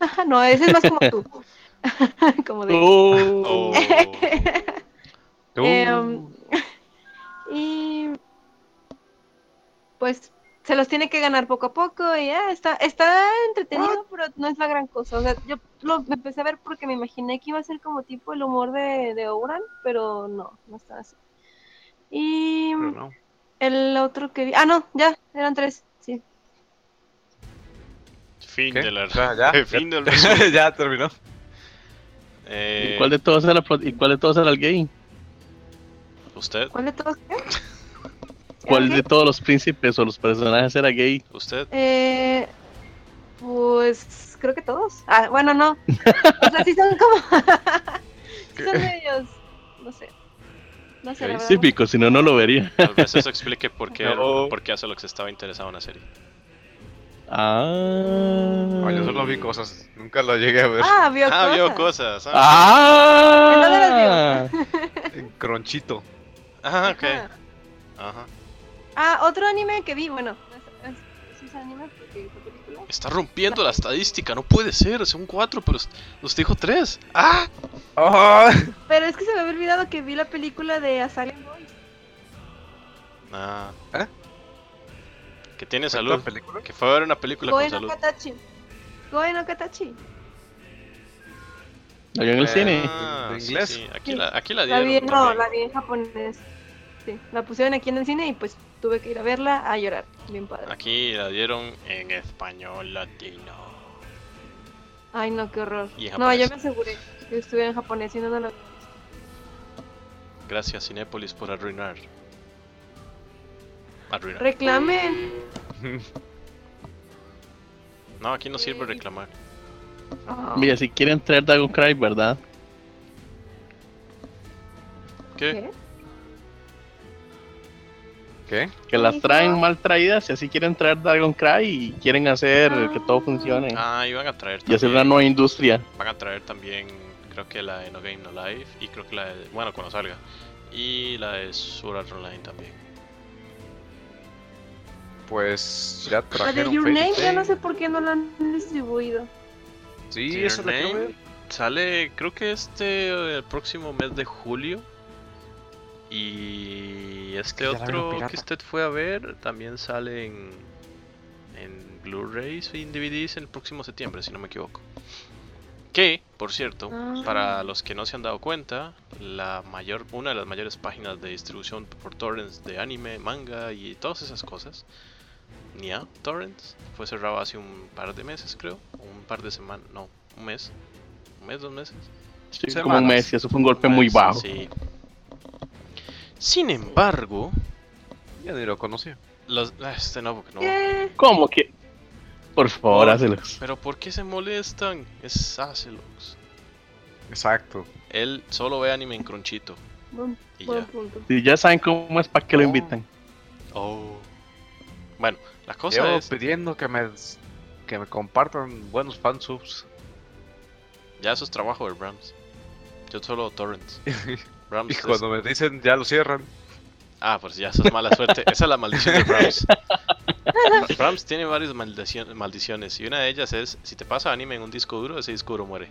Speaker 6: Ajá, no, ese es más como tú. como de...
Speaker 5: Oh.
Speaker 4: Oh.
Speaker 3: Tú,
Speaker 6: Em, y pues se los tiene que ganar poco a poco y ya está, está entretenido, pero no es la gran cosa. O sea, yo lo empecé a ver porque me imaginé que iba a ser como tipo el humor de, de Ouran, pero no, no está así. Y
Speaker 3: pero no.
Speaker 6: el otro que vi, ah no, ya, eran tres, sí.
Speaker 4: Fin
Speaker 3: ¿Qué?
Speaker 4: de la.
Speaker 3: O sea, ya.
Speaker 4: Fin del resumen.
Speaker 3: ya, ya terminó.
Speaker 4: Eh,
Speaker 5: ¿Y cuál de todos era, pro- y cuál de todos era el gay?
Speaker 4: ¿Usted?
Speaker 6: ¿Cuál de todos qué?
Speaker 5: ¿Cuál
Speaker 6: ¿Era
Speaker 5: de
Speaker 6: qué?
Speaker 5: todos los príncipes o los personajes era gay?
Speaker 4: ¿Usted?
Speaker 6: Eh, pues creo que todos. Ah, bueno, no. O sea, sí son como. sí son medios. No sé. No sé, la verdad. no sé.
Speaker 5: Típico, si no, no lo vería.
Speaker 4: Tal vez eso explique por qué,
Speaker 3: No.
Speaker 4: por qué hace lo que se estaba interesado en la serie.
Speaker 5: Ah.
Speaker 3: No, yo solo vi cosas, nunca lo llegué a ver.
Speaker 6: Mm. Ah, vio
Speaker 4: ah,
Speaker 6: cosas.
Speaker 4: vio cosas. Ah,
Speaker 5: Ah.
Speaker 3: En Cronchito.
Speaker 6: Ah.
Speaker 4: Ajá, Ah, ok.
Speaker 6: Ajá.
Speaker 4: Ajá.
Speaker 6: Ah, otro anime que vi, bueno. no es- es- sí es anime porque fue película.
Speaker 4: Está rompiendo la estadística, no puede ser. Son cuatro, pero us- usted dijo tres. ¡Ah!
Speaker 3: ¡Ah!
Speaker 6: Pero es que se me había olvidado que vi la película de Asylum Boys.
Speaker 4: Ah.
Speaker 3: ¿Eh?
Speaker 4: Que tiene
Speaker 3: ¿Salud?
Speaker 4: salud.
Speaker 3: película?
Speaker 4: Que fue a ver una película
Speaker 6: Goe
Speaker 4: con
Speaker 6: no
Speaker 4: salud.
Speaker 6: Katachi. Goe no Katachi.
Speaker 5: La vio en el
Speaker 3: Eh,
Speaker 5: cine.
Speaker 4: Ah,
Speaker 3: ¿De
Speaker 4: sí,
Speaker 3: inglés?
Speaker 4: sí, Aquí, la, aquí la
Speaker 6: La
Speaker 4: dieron.
Speaker 6: vi, no,
Speaker 4: también.
Speaker 6: la vi en japonés. Sí, la pusieron aquí en el cine y pues tuve que ir a verla a llorar. Bien padre.
Speaker 4: Aquí la dieron en español latino.
Speaker 6: Ay, no, qué horror.
Speaker 4: Y en
Speaker 6: No, yo
Speaker 4: japonés.
Speaker 6: me aseguré que estuve en japonés y no, no lo
Speaker 4: Gracias, Cinépolis, por arruinar. Arruinar.
Speaker 6: reclamen.
Speaker 4: No, aquí no sirve reclamar.
Speaker 6: Ah,
Speaker 5: Mira, si quieren traer Dragon Cry, ¿verdad?
Speaker 4: ¿Qué?
Speaker 6: ¿qué?
Speaker 3: ¿Qué?
Speaker 5: Que las traen mal traídas y así quieren traer Dragon Cry y quieren hacer que todo funcione.
Speaker 4: Ah, y van a traer
Speaker 5: Y hacer una
Speaker 4: también.
Speaker 5: nueva industria.
Speaker 4: Van a traer también, creo que la de No Game No Life. Y creo que la de. Bueno, cuando salga. Y la de Sword Art Online también.
Speaker 3: Pues ya
Speaker 6: La de
Speaker 3: trajeron
Speaker 6: Your
Speaker 3: Fairy
Speaker 6: Name, ya
Speaker 3: Tail.
Speaker 6: no sé por qué no la han distribuido.
Speaker 3: Sí,
Speaker 4: Your
Speaker 3: eso lo quiero
Speaker 4: Name
Speaker 3: ver.
Speaker 4: Sale, creo que este eh, el próximo mes de julio. Y este
Speaker 3: ya la vieron
Speaker 4: otro que
Speaker 3: pirata.
Speaker 4: usted fue a ver también sale en, en Blu-rays y en DVDs el próximo septiembre, si no me equivoco. Que, por cierto,
Speaker 6: Ah.
Speaker 4: para los que no se han dado cuenta, la mayor, una de las mayores páginas de distribución por torrents de anime, manga y todas esas cosas, Nia Torrents, fue cerrada hace un par de meses, creo, o un par de semanas, no, un mes, un mes, dos meses.
Speaker 5: Sí,
Speaker 3: Semanas.
Speaker 5: como un mes, y eso fue un
Speaker 3: Ah,
Speaker 5: golpe
Speaker 4: Un
Speaker 5: muy
Speaker 4: mes,
Speaker 5: bajo.
Speaker 4: sí. Sin embargo,
Speaker 3: Ya ni lo conocía.
Speaker 4: los, ah, este no, porque no.
Speaker 6: ¿Qué?
Speaker 5: ¿Cómo que? Por favor,
Speaker 3: Oh.
Speaker 5: hácelos.
Speaker 4: Pero ¿por qué se molestan? Es Acelux.
Speaker 3: Exacto.
Speaker 4: Él solo ve anime en Cronchito
Speaker 6: Buen,
Speaker 4: y
Speaker 6: buen
Speaker 4: ya.
Speaker 6: punto.
Speaker 5: Si ya saben cómo es, ¿para qué lo
Speaker 3: Oh.
Speaker 5: invitan?
Speaker 4: Oh. Bueno, la cosa
Speaker 3: Llevo
Speaker 4: es.
Speaker 3: pidiendo que me, que me compartan buenos fansubs.
Speaker 4: Ya eso es trabajo de Brahms. Yo solo torrents. Brahms
Speaker 3: Y
Speaker 4: es-
Speaker 3: cuando me dicen ya lo cierran.
Speaker 4: Ah, pues ya eso es mala suerte. Esa es la maldición de Brahms. Bra- Brahms tiene varias maldicio- maldiciones. Y una de ellas es: si te pasa anime en un disco duro, ese disco duro muere.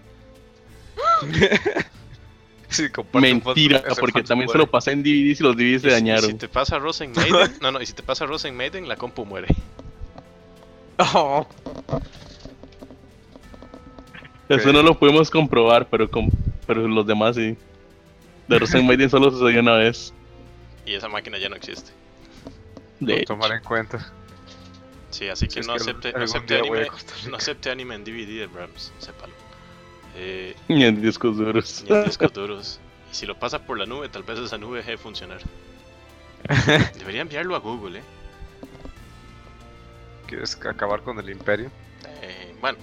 Speaker 3: Sí, comparten
Speaker 5: Mentira,
Speaker 3: fansub, ese
Speaker 5: porque
Speaker 3: fansub
Speaker 5: también se
Speaker 3: muere.
Speaker 5: lo pasé en DVDs y los DVDs se
Speaker 4: Y si- y Si
Speaker 5: dañaron.
Speaker 4: te pasa Rosen Maiden, no, no, y si te pasa Rosen Maiden, la compu muere.
Speaker 3: Oh,
Speaker 5: Eso no lo pudimos comprobar, pero, con, pero los demás sí. De Rosen Maiden solo sucedió una vez.
Speaker 4: Y esa máquina ya no existe.
Speaker 5: De
Speaker 3: tomar en cuenta.
Speaker 4: Sí, así que
Speaker 3: Si es
Speaker 4: no
Speaker 3: que
Speaker 4: acepte, no
Speaker 3: algún
Speaker 4: acepte
Speaker 3: día voy a
Speaker 4: anime,
Speaker 3: Costa Rica.
Speaker 4: pues, no acepte anime en DVD de Brahms, sépalo. Eh,
Speaker 5: ni en discos duros.
Speaker 4: ni en discos duros. Y si lo pasa por la nube, tal vez esa nube deje de funcionar. Debería enviarlo a Google, eh.
Speaker 3: ¿Quieres acabar con el imperio?
Speaker 4: Eh, bueno,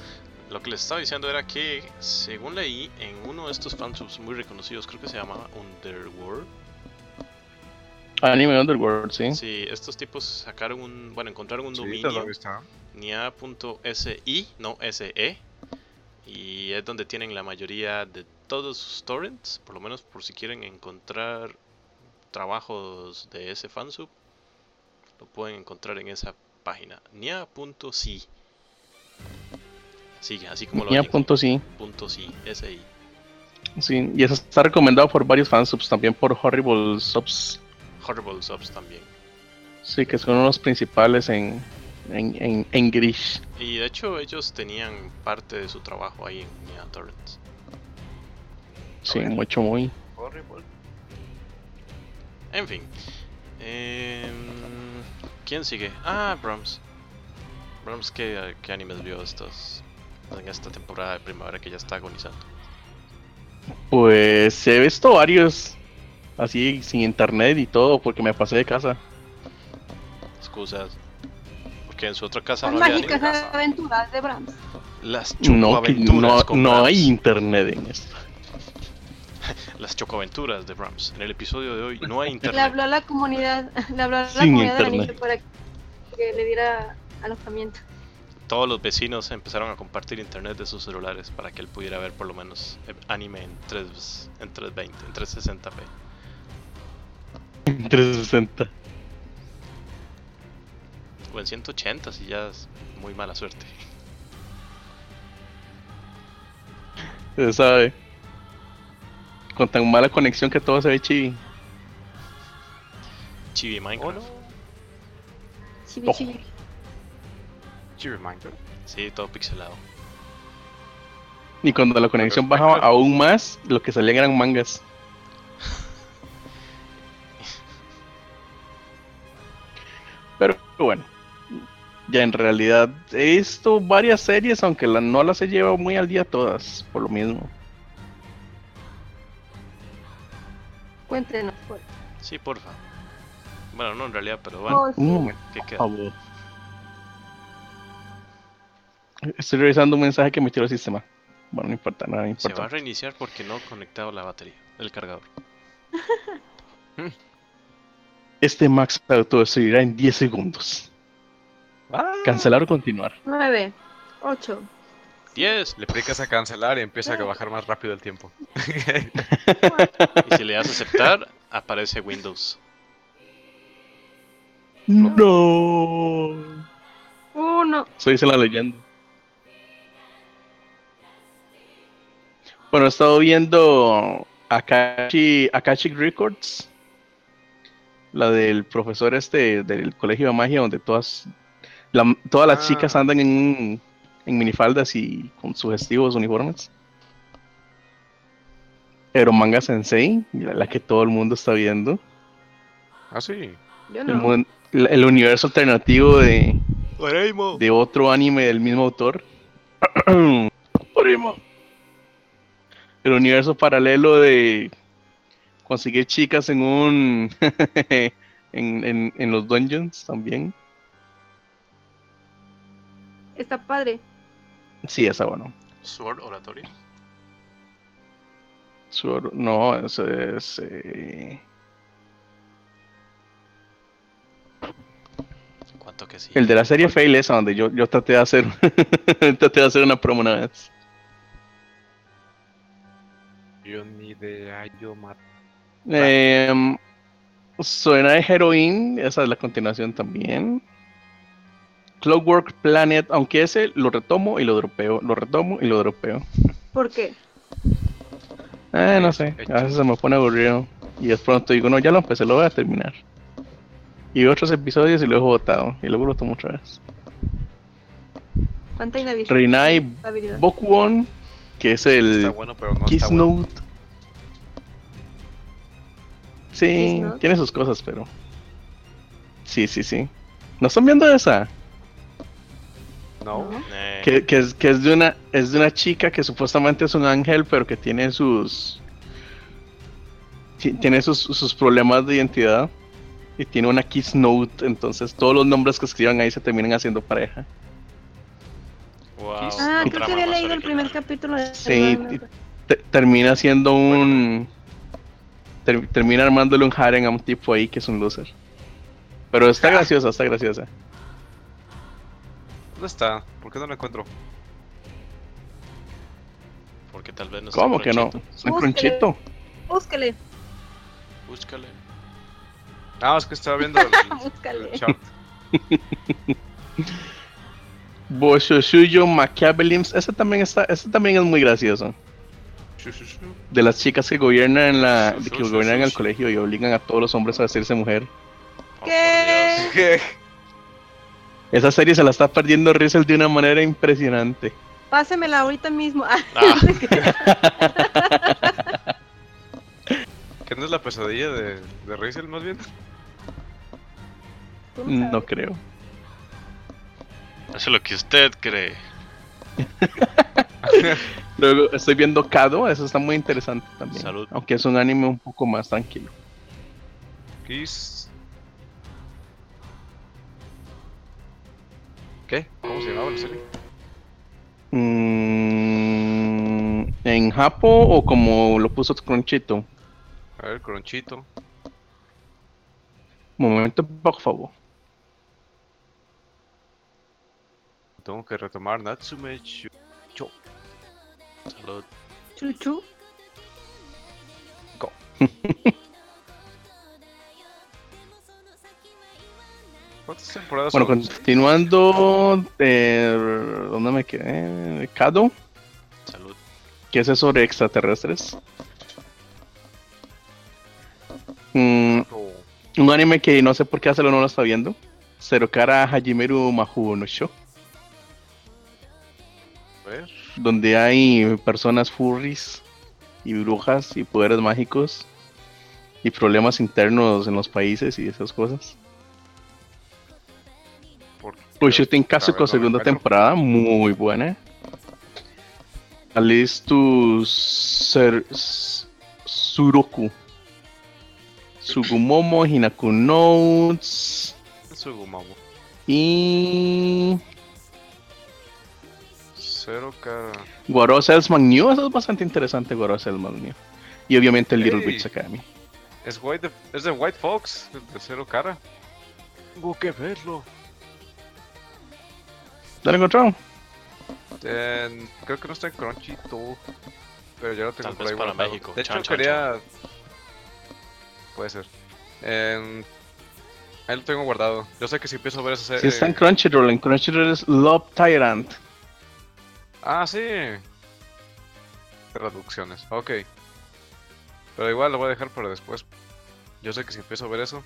Speaker 4: lo que les estaba diciendo era que, según leí, en uno de estos fansubs muy reconocidos, creo que se llama Underworld,
Speaker 5: Anime Underworld, sí.
Speaker 4: Sí, estos tipos sacaron un. Bueno, encontraron un
Speaker 3: Sí, te lo
Speaker 4: dominio.
Speaker 3: he visto.
Speaker 4: nia.si, no SE. Y es donde tienen la mayoría de todos sus torrents. Por lo menos por si quieren encontrar trabajos de ese fansub. Lo pueden encontrar en esa página. nia.si. Sí, así como lo
Speaker 5: Ya,
Speaker 4: oyen,
Speaker 5: punto sí.
Speaker 4: punto si, SI.
Speaker 5: Sí, y eso está recomendado por varios fansubs, también por Horrible Subs,
Speaker 4: Horrible Subs también.
Speaker 5: sí, que son unos principales en, en, en, en Grish.
Speaker 4: Y de hecho ellos tenían parte de su trabajo ahí en Nia Torrents.
Speaker 5: Sí,
Speaker 3: Ok.
Speaker 5: mucho muy.
Speaker 3: Horrible.
Speaker 4: En fin. Em, ¿Quién sigue? Ah, Brahms. Brahms, ¿qué, qué animes vio estos, en esta temporada de primavera que ya está agonizando?
Speaker 5: Pues he visto varios, así sin internet y todo, porque me pasé de casa.
Speaker 4: Excusas. Porque en su otra casa
Speaker 6: Son
Speaker 4: no había
Speaker 6: mágicas
Speaker 4: anime.
Speaker 6: aventuras de Brahms.
Speaker 4: Las
Speaker 5: No, que- no,
Speaker 4: chocoaventuras con
Speaker 5: no
Speaker 4: Brahms.
Speaker 5: hay internet en esto.
Speaker 4: Las chocoaventuras de Brahms. En el episodio de hoy no hay
Speaker 6: Le
Speaker 4: internet.
Speaker 6: habló a la comunidad, le habló a la
Speaker 5: Sin
Speaker 6: comunidad del
Speaker 5: internet.
Speaker 6: anillo para que le diera alojamiento.
Speaker 4: Todos los vecinos empezaron a compartir internet de sus celulares para que él pudiera ver por lo menos eh, anime en, 3, en 320, en 360p.
Speaker 5: 360.
Speaker 4: O en 180 si ya es muy mala suerte.
Speaker 5: Se sabe. Con tan mala conexión que todo se ve chibi.
Speaker 4: Chibi
Speaker 3: Oh,
Speaker 4: Minecraft.
Speaker 3: no.
Speaker 6: Chibi,
Speaker 5: Oh.
Speaker 6: chibi.
Speaker 3: Chibi Minecraft.
Speaker 4: Sí, todo pixelado.
Speaker 5: Y cuando la conexión bajaba aún más, lo que salían eran mangas. Pero bueno, ya en realidad he visto varias series, aunque la- no las he llevado muy al día todas, por lo mismo.
Speaker 6: Cuéntenos, por
Speaker 4: Sí, porfa. Bueno, no en realidad, pero bueno,
Speaker 6: favor.
Speaker 5: Un momento,
Speaker 4: ¿qué
Speaker 5: por
Speaker 4: queda?
Speaker 5: favor. Estoy revisando un mensaje que me tiró el sistema. Bueno, no importa, nada, no
Speaker 4: Se va a
Speaker 5: importa.
Speaker 4: reiniciar porque no he conectado la batería, el cargador.
Speaker 5: Este Max se autodestruirá en 10 segundos.
Speaker 4: Ah.
Speaker 5: Cancelar o continuar.
Speaker 6: 9, 8,
Speaker 4: 10.
Speaker 3: Le picas a cancelar y empieza a bajar más rápido el tiempo.
Speaker 4: Y si le das aceptar, aparece Windows.
Speaker 5: No.
Speaker 6: 1.
Speaker 5: Eso dice la leyenda. Bueno, he estado viendo Akashi, Akashi Records, la del profesor este del colegio de magia, donde todas, la- todas las
Speaker 3: Ah.
Speaker 5: chicas andan en, un- en minifaldas y con sugestivos uniformes. Pero Manga Sensei, la, la que todo el mundo está viendo.
Speaker 3: Ah, sí.
Speaker 6: Yo
Speaker 5: El,
Speaker 6: no.
Speaker 5: mun- la- el universo alternativo de,
Speaker 4: ¡Oremo!
Speaker 5: de otro anime del mismo autor. Primo. El universo paralelo de conseguir chicas en un. en, en- en los dungeons también.
Speaker 6: Está padre.
Speaker 5: Sí, esa bueno.
Speaker 4: Sword Oratorio.
Speaker 5: Su- no, eso es. eh,
Speaker 4: ¿Cuánto que sí?
Speaker 5: el de la serie Fail, esa donde yo, yo traté de hacer. traté de hacer una promo una vez.
Speaker 3: Yo ni idea, yo mato.
Speaker 5: Em, Suena de Heroin, esa es la continuación también. Clockwork Planet, aunque ese lo retomo y lo dropeo, lo retomo y lo dropeo.
Speaker 6: ¿Por qué?
Speaker 5: Eh, no sé,
Speaker 3: Hecho.
Speaker 5: a veces se me pone aburrido. Y de pronto digo, no, ya lo empecé, lo voy a terminar. Y veo otros episodios y lo dejo botado. Y luego lo tomo otra vez.
Speaker 6: ¿Cuánta inhabil-
Speaker 5: Reinai
Speaker 6: habilidad?
Speaker 5: Bokuon, que es
Speaker 3: Está
Speaker 5: el
Speaker 3: bueno, pero no está
Speaker 5: Kiss
Speaker 3: bueno.
Speaker 5: Note. Sí,
Speaker 6: Kiss Note.
Speaker 5: tiene sus cosas, pero. Sí, sí, sí. ¿No están viendo esa?
Speaker 3: No.
Speaker 4: Eh,
Speaker 5: Que, que es, que es, de una, es de una chica que supuestamente es un ángel, pero que tiene sus. ti- Tiene sus, sus problemas de identidad. Y tiene una Kiss Note, entonces todos los nombres que escriban ahí se terminan haciendo pareja.
Speaker 4: wow,
Speaker 6: Ah,
Speaker 4: no
Speaker 6: creo
Speaker 4: trama
Speaker 6: que había
Speaker 4: más
Speaker 6: leído el primer
Speaker 4: original.
Speaker 6: capítulo de
Speaker 5: Sí, y te- termina siendo un. ter- termina armándole un harem a un tipo ahí que es un loser. Pero está graciosa, está graciosa.
Speaker 3: ¿Dónde está? ¿Por qué no lo encuentro?
Speaker 4: Porque tal vez no está
Speaker 5: ¿Cómo que no?
Speaker 4: Crunchyroll.
Speaker 5: Es un crunchito.
Speaker 6: Búscale,
Speaker 4: Búscale.
Speaker 3: Ah, es que estaba viendo el, el
Speaker 6: búscale.
Speaker 3: chat.
Speaker 5: Boshoshuyo Machiavellims. Ese también está, ese también es muy gracioso.
Speaker 3: Shu, shu, shu.
Speaker 4: Oh,
Speaker 5: De las chicas que gobiernan en la, de que
Speaker 4: Sí, sí,
Speaker 5: gobiernan
Speaker 4: sí,
Speaker 5: el
Speaker 4: sí.
Speaker 5: colegio y obligan a todos los hombres a hacerse mujer.
Speaker 4: Oh, por
Speaker 6: ¿Qué?
Speaker 4: Dios.
Speaker 3: ¿Qué?
Speaker 5: Esa serie se la está perdiendo Rizel de una manera impresionante.
Speaker 6: Pásemela ahorita mismo. Ah,
Speaker 4: Ah,
Speaker 3: ¿Qué no es la pesadilla de, de Rizel más bien?
Speaker 6: tú no
Speaker 5: No
Speaker 6: sabes.
Speaker 5: creo.
Speaker 4: eso es lo que usted cree.
Speaker 5: Luego estoy viendo Kado, eso está muy interesante también.
Speaker 4: Salud.
Speaker 5: Aunque es un anime un poco más tranquilo.
Speaker 3: Kiss. ¿Qué? ¿Cómo se llamaba la serie?
Speaker 5: Mm, ¿En Japo o como lo puso Cronchito?
Speaker 3: A ver, Cronchito.
Speaker 5: Momento, por favor.
Speaker 3: Tengo que retomar Natsume Shu-
Speaker 4: Salud.
Speaker 6: Chuchu.
Speaker 3: ¿Cuántas temporadas
Speaker 5: Bueno,
Speaker 3: son?
Speaker 5: continuando, eh, ¿dónde me quedé? Kado,
Speaker 4: Salud.
Speaker 5: que es sobre extraterrestres. Mm,
Speaker 3: Oh,
Speaker 5: un anime que no sé por qué hacerlo no lo está viendo. Cero cara Hajimeru Mahu no Sho,
Speaker 3: A ver.
Speaker 5: donde hay personas furries y brujas y poderes mágicos y problemas internos en los países y esas cosas.
Speaker 3: Por...
Speaker 5: Ushutin
Speaker 3: Otra
Speaker 5: Kazuko,
Speaker 3: vez no me
Speaker 5: segunda
Speaker 3: acuerdo.
Speaker 5: temporada, muy buena. Alistus Ser- S- Suroku. Sugumomo, Hinaku Notes
Speaker 3: Sugumabu.
Speaker 5: y
Speaker 3: Cero cara.
Speaker 5: Guaro Salesman New. Eso es bastante interesante, Guaro Salesman New. Y obviamente el Little
Speaker 3: Ey.
Speaker 5: Witch Academy.
Speaker 3: Es, White de... es de White Fox, el de cero cara. Tengo que verlo.
Speaker 5: ¿Ya lo encontraron?
Speaker 3: Eh, creo que no está en Crunchyroll, pero yo lo tengo
Speaker 4: Tal
Speaker 3: por
Speaker 4: vez
Speaker 3: ahí
Speaker 4: para
Speaker 3: guardado.
Speaker 4: México.
Speaker 3: De hecho,
Speaker 4: Chan, chan,
Speaker 3: quería. Puede ser. Eh, ahí lo tengo guardado. Yo sé que si empiezo a ver esa serie.
Speaker 5: Sí, está en Crunchyroll. En Crunchyroll es Love Tyrant.
Speaker 3: Ah, sí. Traducciones, ok. Pero igual lo voy a dejar para después. Yo sé que si empiezo a ver eso,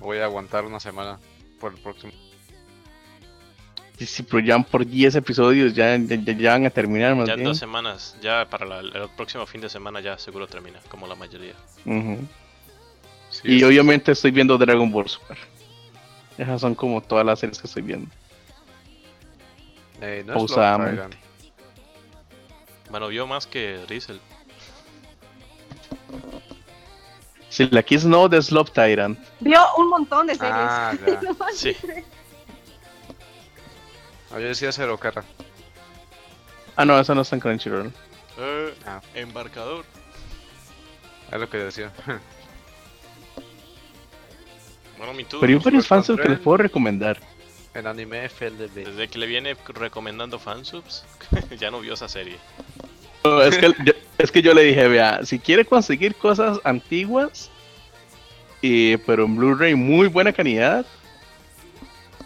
Speaker 3: voy a aguantar una semana por el próximo.
Speaker 5: Sí, sí, pero pues, ya van por 10 episodios ya, ya, ya- ya van a terminar más
Speaker 4: Ya en
Speaker 5: bien.
Speaker 4: dos semanas, ya para la- el próximo fin de semana ya seguro termina, como la mayoría.
Speaker 5: Ujú.
Speaker 3: Sí,
Speaker 5: Y
Speaker 3: es-
Speaker 5: obviamente estoy viendo Dragon Ball Super. Esas son como todas las series que estoy viendo.
Speaker 3: eh, no es Love
Speaker 5: pausadamente.
Speaker 3: Tyrant.
Speaker 4: Bueno, vio más que Rizel.
Speaker 5: Si la Kiss No de Love Tyrant.
Speaker 6: Vio un montón de series.
Speaker 3: Ah, ya.
Speaker 6: No manches.
Speaker 4: Sí.
Speaker 3: Ah, yo decía cero cara.
Speaker 5: Ah, no, esa no está en Crunchyroll.
Speaker 4: Eh,
Speaker 3: Ah.
Speaker 4: Embarcador.
Speaker 3: Es lo que decía.
Speaker 4: Bueno, mi tú.
Speaker 5: Pero hay varios fansubs que
Speaker 3: encontré
Speaker 5: les puedo recomendar.
Speaker 3: En anime FLB.
Speaker 4: Desde que le viene recomendando fansubs, ya no vio esa serie.
Speaker 5: No, es, que, yo, es que yo le dije, vea, si quiere conseguir cosas antiguas, eh, pero en Blu-ray muy buena calidad,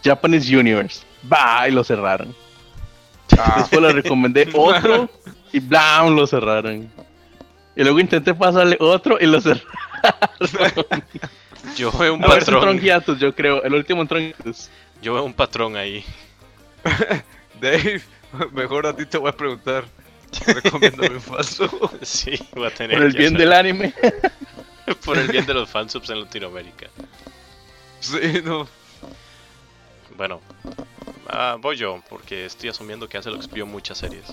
Speaker 5: Japanese Universe. Bah, y lo cerraron.
Speaker 3: Ah,
Speaker 5: Después le recomendé otro y blam, lo cerraron. Y luego intenté pasarle otro y lo cerraron.
Speaker 4: Yo veo un
Speaker 5: No, es un
Speaker 4: patrón.
Speaker 5: tronquiatus, yo creo. El último en tronquiatus.
Speaker 4: Yo veo un patrón ahí.
Speaker 3: Dave, mejor a ti te voy a preguntar. Recomiéndame un falso.
Speaker 4: Sí, va a tener
Speaker 5: Por el
Speaker 4: que
Speaker 5: bien del
Speaker 4: hacer-
Speaker 5: anime.
Speaker 4: por el bien de los fansubs en Latinoamérica.
Speaker 3: Sí, no.
Speaker 4: Bueno, ah, voy yo, porque estoy asumiendo que hace lo que vio muchas series.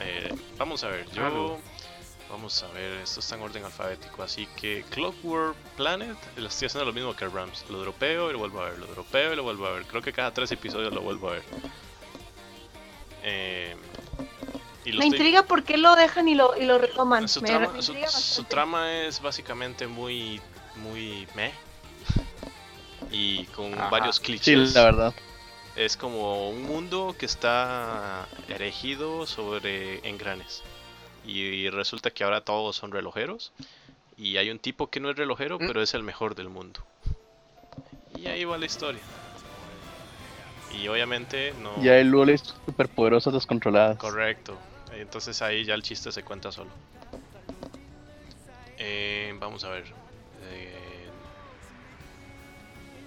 Speaker 4: Eh, vamos a ver, yo.
Speaker 3: Claro.
Speaker 4: Vamos a ver, esto está en orden alfabético, así que Clockwork Planet, lo estoy haciendo lo mismo que Rams. Lo dropeo y lo vuelvo a ver, lo dropeo y lo vuelvo a ver. Creo que cada tres episodios lo vuelvo a ver. Eh, Y lo
Speaker 6: Me
Speaker 4: estoy-
Speaker 6: intriga por qué lo dejan y lo, y lo retoman.
Speaker 4: Su
Speaker 6: Me
Speaker 4: trama, su,
Speaker 6: intriga
Speaker 4: su
Speaker 6: bastante.
Speaker 4: trama es básicamente muy, muy meh. Y con
Speaker 3: Ajá.
Speaker 4: varios clichés.
Speaker 5: Sí, la verdad.
Speaker 4: Es como un mundo que está erigido sobre engranes. Y resulta que ahora todos son relojeros. Y hay un tipo que no es relojero, pero es el mejor del mundo. Y ahí va la historia. Y obviamente no...
Speaker 5: Ya el LOL es superpoderosas descontroladas.
Speaker 4: Correcto. Entonces ahí ya el chiste se cuenta solo. Eh, vamos a ver. Eh,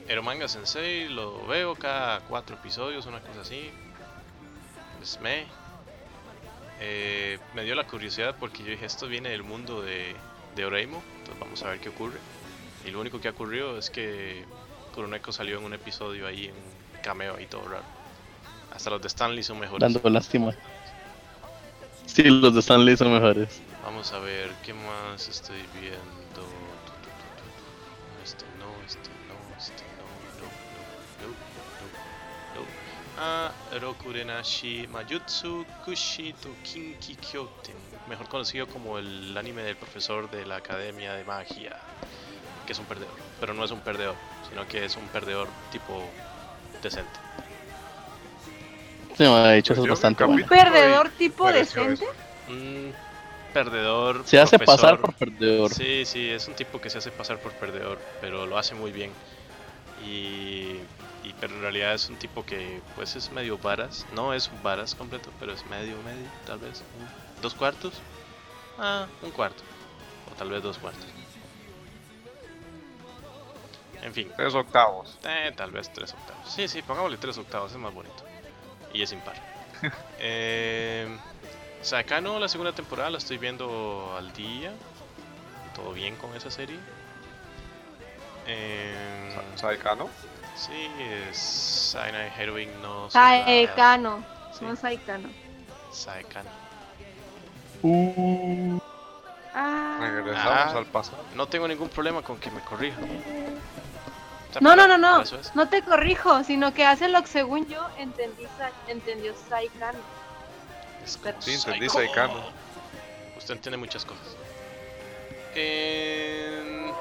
Speaker 4: Eromanga Sensei lo veo cada cuatro episodios, una cosa así. Es me. Eh, me dio la curiosidad porque yo dije esto viene del mundo de, de Oreimo, entonces vamos a ver qué ocurre. Y lo único que ha ocurrido es que Kuroneko salió en un episodio ahí en un cameo ahí todo raro. Hasta los de Stanley son mejores.
Speaker 5: Dando lástima. Sí, los de Stanley son mejores.
Speaker 4: Vamos a ver, ¿qué más estoy viendo? Tu, tu, tu, tu, tu. Este no, este no, este no, no, no, no, no, no. Ah, Rokurenashi Mayutsu Kushito Kinki Kyoten, mejor conocido como el anime del profesor de la Academia de Magia, que es un perdedor, pero no es un perdedor, sino que es un perdedor tipo decente.
Speaker 5: Sí, me ha dicho eso
Speaker 3: Pues
Speaker 5: es
Speaker 3: yo
Speaker 5: bastante
Speaker 3: creo que
Speaker 5: bueno.
Speaker 6: Un perdedor tipo
Speaker 3: Pareció
Speaker 6: decente.
Speaker 4: Un perdedor.
Speaker 5: Se hace pasar
Speaker 4: profesor-
Speaker 5: por perdedor.
Speaker 4: Sí, sí, es un tipo que se hace pasar por perdedor, pero lo hace muy bien. Y, y- pero en realidad es un tipo que pues es medio varas, no es un varas completo, pero es medio medio, tal vez un- dos cuartos. Ah, un cuarto. O tal vez dos cuartos. En fin,
Speaker 3: Tres octavos.
Speaker 4: eh, tal vez tres octavos. Sí, sí, pongámosle tres octavos, es más bonito. Y es impar. eh, Sakano, la segunda temporada, la estoy viendo al día. Todo bien con esa serie. Eh,
Speaker 3: Saikano.
Speaker 4: sí, es Sainai Heroin no Saikano.
Speaker 6: Saekano.
Speaker 4: Sí,
Speaker 6: No Saekano.
Speaker 4: Saekano.
Speaker 6: Ah.
Speaker 3: Regresamos
Speaker 4: Ah.
Speaker 3: al pasado.
Speaker 4: No tengo ningún problema con que me corrijan. O sea,
Speaker 6: No, no,
Speaker 4: para-
Speaker 6: no, no.
Speaker 4: para eso es.
Speaker 6: No te corrijo, sino que hace lo que según yo entendí, Sa- entendió Saikano.
Speaker 4: Es como
Speaker 3: Sí, entendí,
Speaker 4: psycho.
Speaker 3: Saikano.
Speaker 4: Usted entiende muchas cosas. En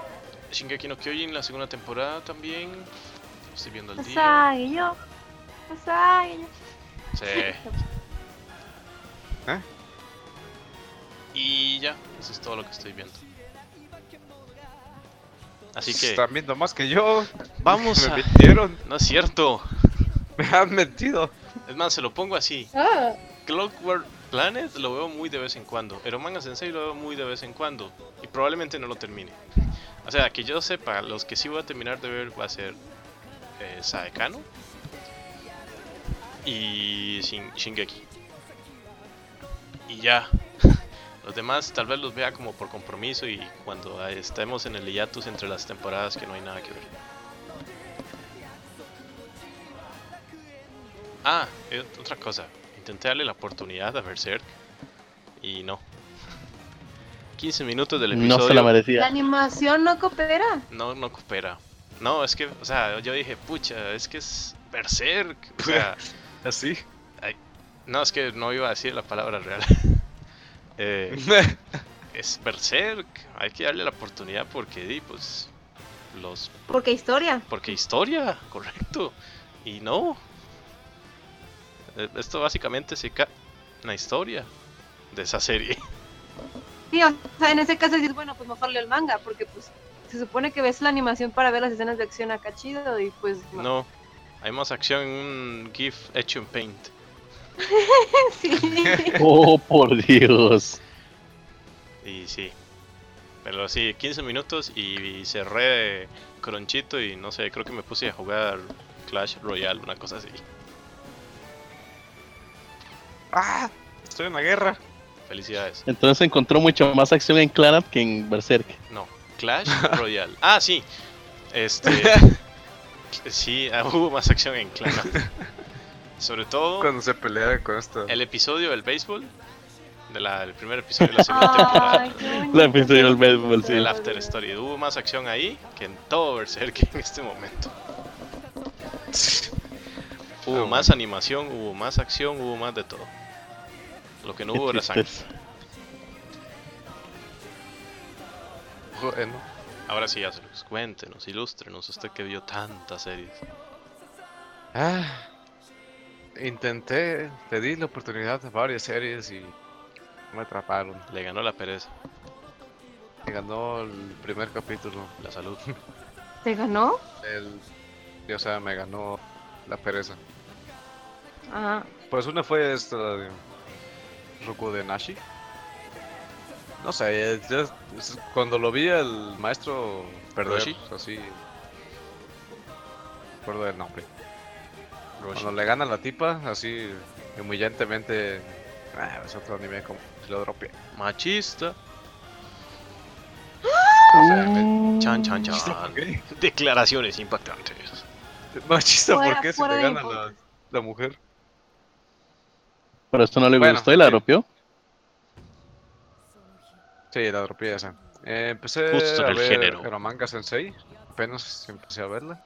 Speaker 4: Shingeki no Kyojin, la segunda temporada también. Lo Estoy viendo al día.
Speaker 6: Saeyo. Saeyo.
Speaker 4: Sí.
Speaker 3: ¿Eh?
Speaker 4: Y ya, eso es todo lo que estoy viendo. Así que,
Speaker 3: Están viendo más que yo.
Speaker 4: vamos
Speaker 3: Me
Speaker 4: a...
Speaker 3: mintieron.
Speaker 4: No es cierto.
Speaker 3: Me han mentido.
Speaker 4: Es más, se lo pongo así.
Speaker 6: Ah.
Speaker 4: Clockwork Planet lo veo muy de vez en cuando. Pero Manga Sensei lo veo muy de vez en cuando. Y probablemente no lo termine. O sea, que yo sepa, los que sí voy a terminar de ver va a ser eh, Saekano y Shin- Shingeki. Y ya. Los demás tal vez los vea como por compromiso y cuando ah, estemos en el hiatus entre las temporadas que no hay nada que ver. Ah, eh, otra cosa. Intenté darle la oportunidad a Berserk y no. 15 minutos del episodio.
Speaker 5: No se la
Speaker 6: La
Speaker 5: merecía.
Speaker 6: animación no coopera.
Speaker 4: No, no coopera. No, es que, o sea, yo dije, pucha, es que es Berserk. O sea,
Speaker 3: Así.
Speaker 4: no, es que no iba a decir la palabra real. Eh, es Berserk. Hay que darle la oportunidad porque, di, pues, los.
Speaker 6: Porque historia.
Speaker 4: Porque historia, correcto. Y no. Eh, Esto básicamente se ca. Una historia de esa serie.
Speaker 6: Sí, o sea, en ese caso dices, bueno, pues mejor leo el manga, porque pues se supone que ves la animación para ver las escenas de acción acá chido y pues no.
Speaker 4: No. Hay más acción en un GIF hecho en Paint.
Speaker 6: Sí.
Speaker 5: Oh, por Dios.
Speaker 4: Y sí. Pero sí, 15 minutos y cerré Cronchito y no sé, creo que me puse a jugar Clash Royale, una cosa así.
Speaker 3: ¡Ah! Estoy en la guerra.
Speaker 4: Felicidades.
Speaker 5: Entonces encontró mucha más acción en Clannad que en Berserk.
Speaker 4: No, Clash Royale. Ah, sí. Este. sí, ah, hubo más acción en Clash. Sobre todo
Speaker 3: Cuando se pelearon con esto.
Speaker 4: el episodio del béisbol. De la, el primer episodio de la segunda temporada.
Speaker 6: Ay, qué bonito.
Speaker 5: La episodio del béisbol, sí.
Speaker 4: El After Story. Hubo más acción ahí que en todo Berserk en este momento. Hubo
Speaker 3: Ah,
Speaker 4: más animación, hubo más acción, hubo más de todo. Lo que no
Speaker 5: Qué
Speaker 4: hubo era sangre.
Speaker 5: tristeza.
Speaker 3: Joder, Eh, ¿no?
Speaker 4: Ahora sí, Azelux, cuéntenos, ilústrenos, usted que vio tantas series.
Speaker 3: Ah, intenté, le di la oportunidad a varias series y me atraparon.
Speaker 4: Le ganó la pereza,
Speaker 3: Me ganó el primer capítulo.
Speaker 4: la salud.
Speaker 6: ¿Te ganó?
Speaker 3: El, y, o sea, me ganó la pereza.
Speaker 6: Ah,
Speaker 3: Pues una fue esta de Roku de Nashi. No sé, eh, ya- es- cuando lo vi al maestro perder,
Speaker 4: ¿Roshi?
Speaker 3: así. No recuerdo el nombre. Cuando le gana la tipa, así humillantemente. Ah, es otro anime como si lo dropeé.
Speaker 4: Machista.
Speaker 3: O sea, me-
Speaker 6: Mm.
Speaker 4: Chan, chan,
Speaker 3: Machista, ¿por
Speaker 4: chan.
Speaker 3: qué?
Speaker 4: Declaraciones impactantes.
Speaker 3: Machista, ¿por
Speaker 6: fuera,
Speaker 3: qué? Si
Speaker 6: fuera
Speaker 3: le
Speaker 6: de
Speaker 3: gana
Speaker 6: mi
Speaker 3: la,
Speaker 6: podcast.
Speaker 3: la mujer.
Speaker 5: Pero esto no le
Speaker 3: Bueno,
Speaker 5: gustó y la
Speaker 3: sí.
Speaker 5: dropeó.
Speaker 3: Sí, la dropeé esa. Eh, empecé
Speaker 4: Justo en
Speaker 3: a
Speaker 4: el
Speaker 3: ver
Speaker 4: género.
Speaker 3: Eromanga Sensei. Apenas empecé a verla.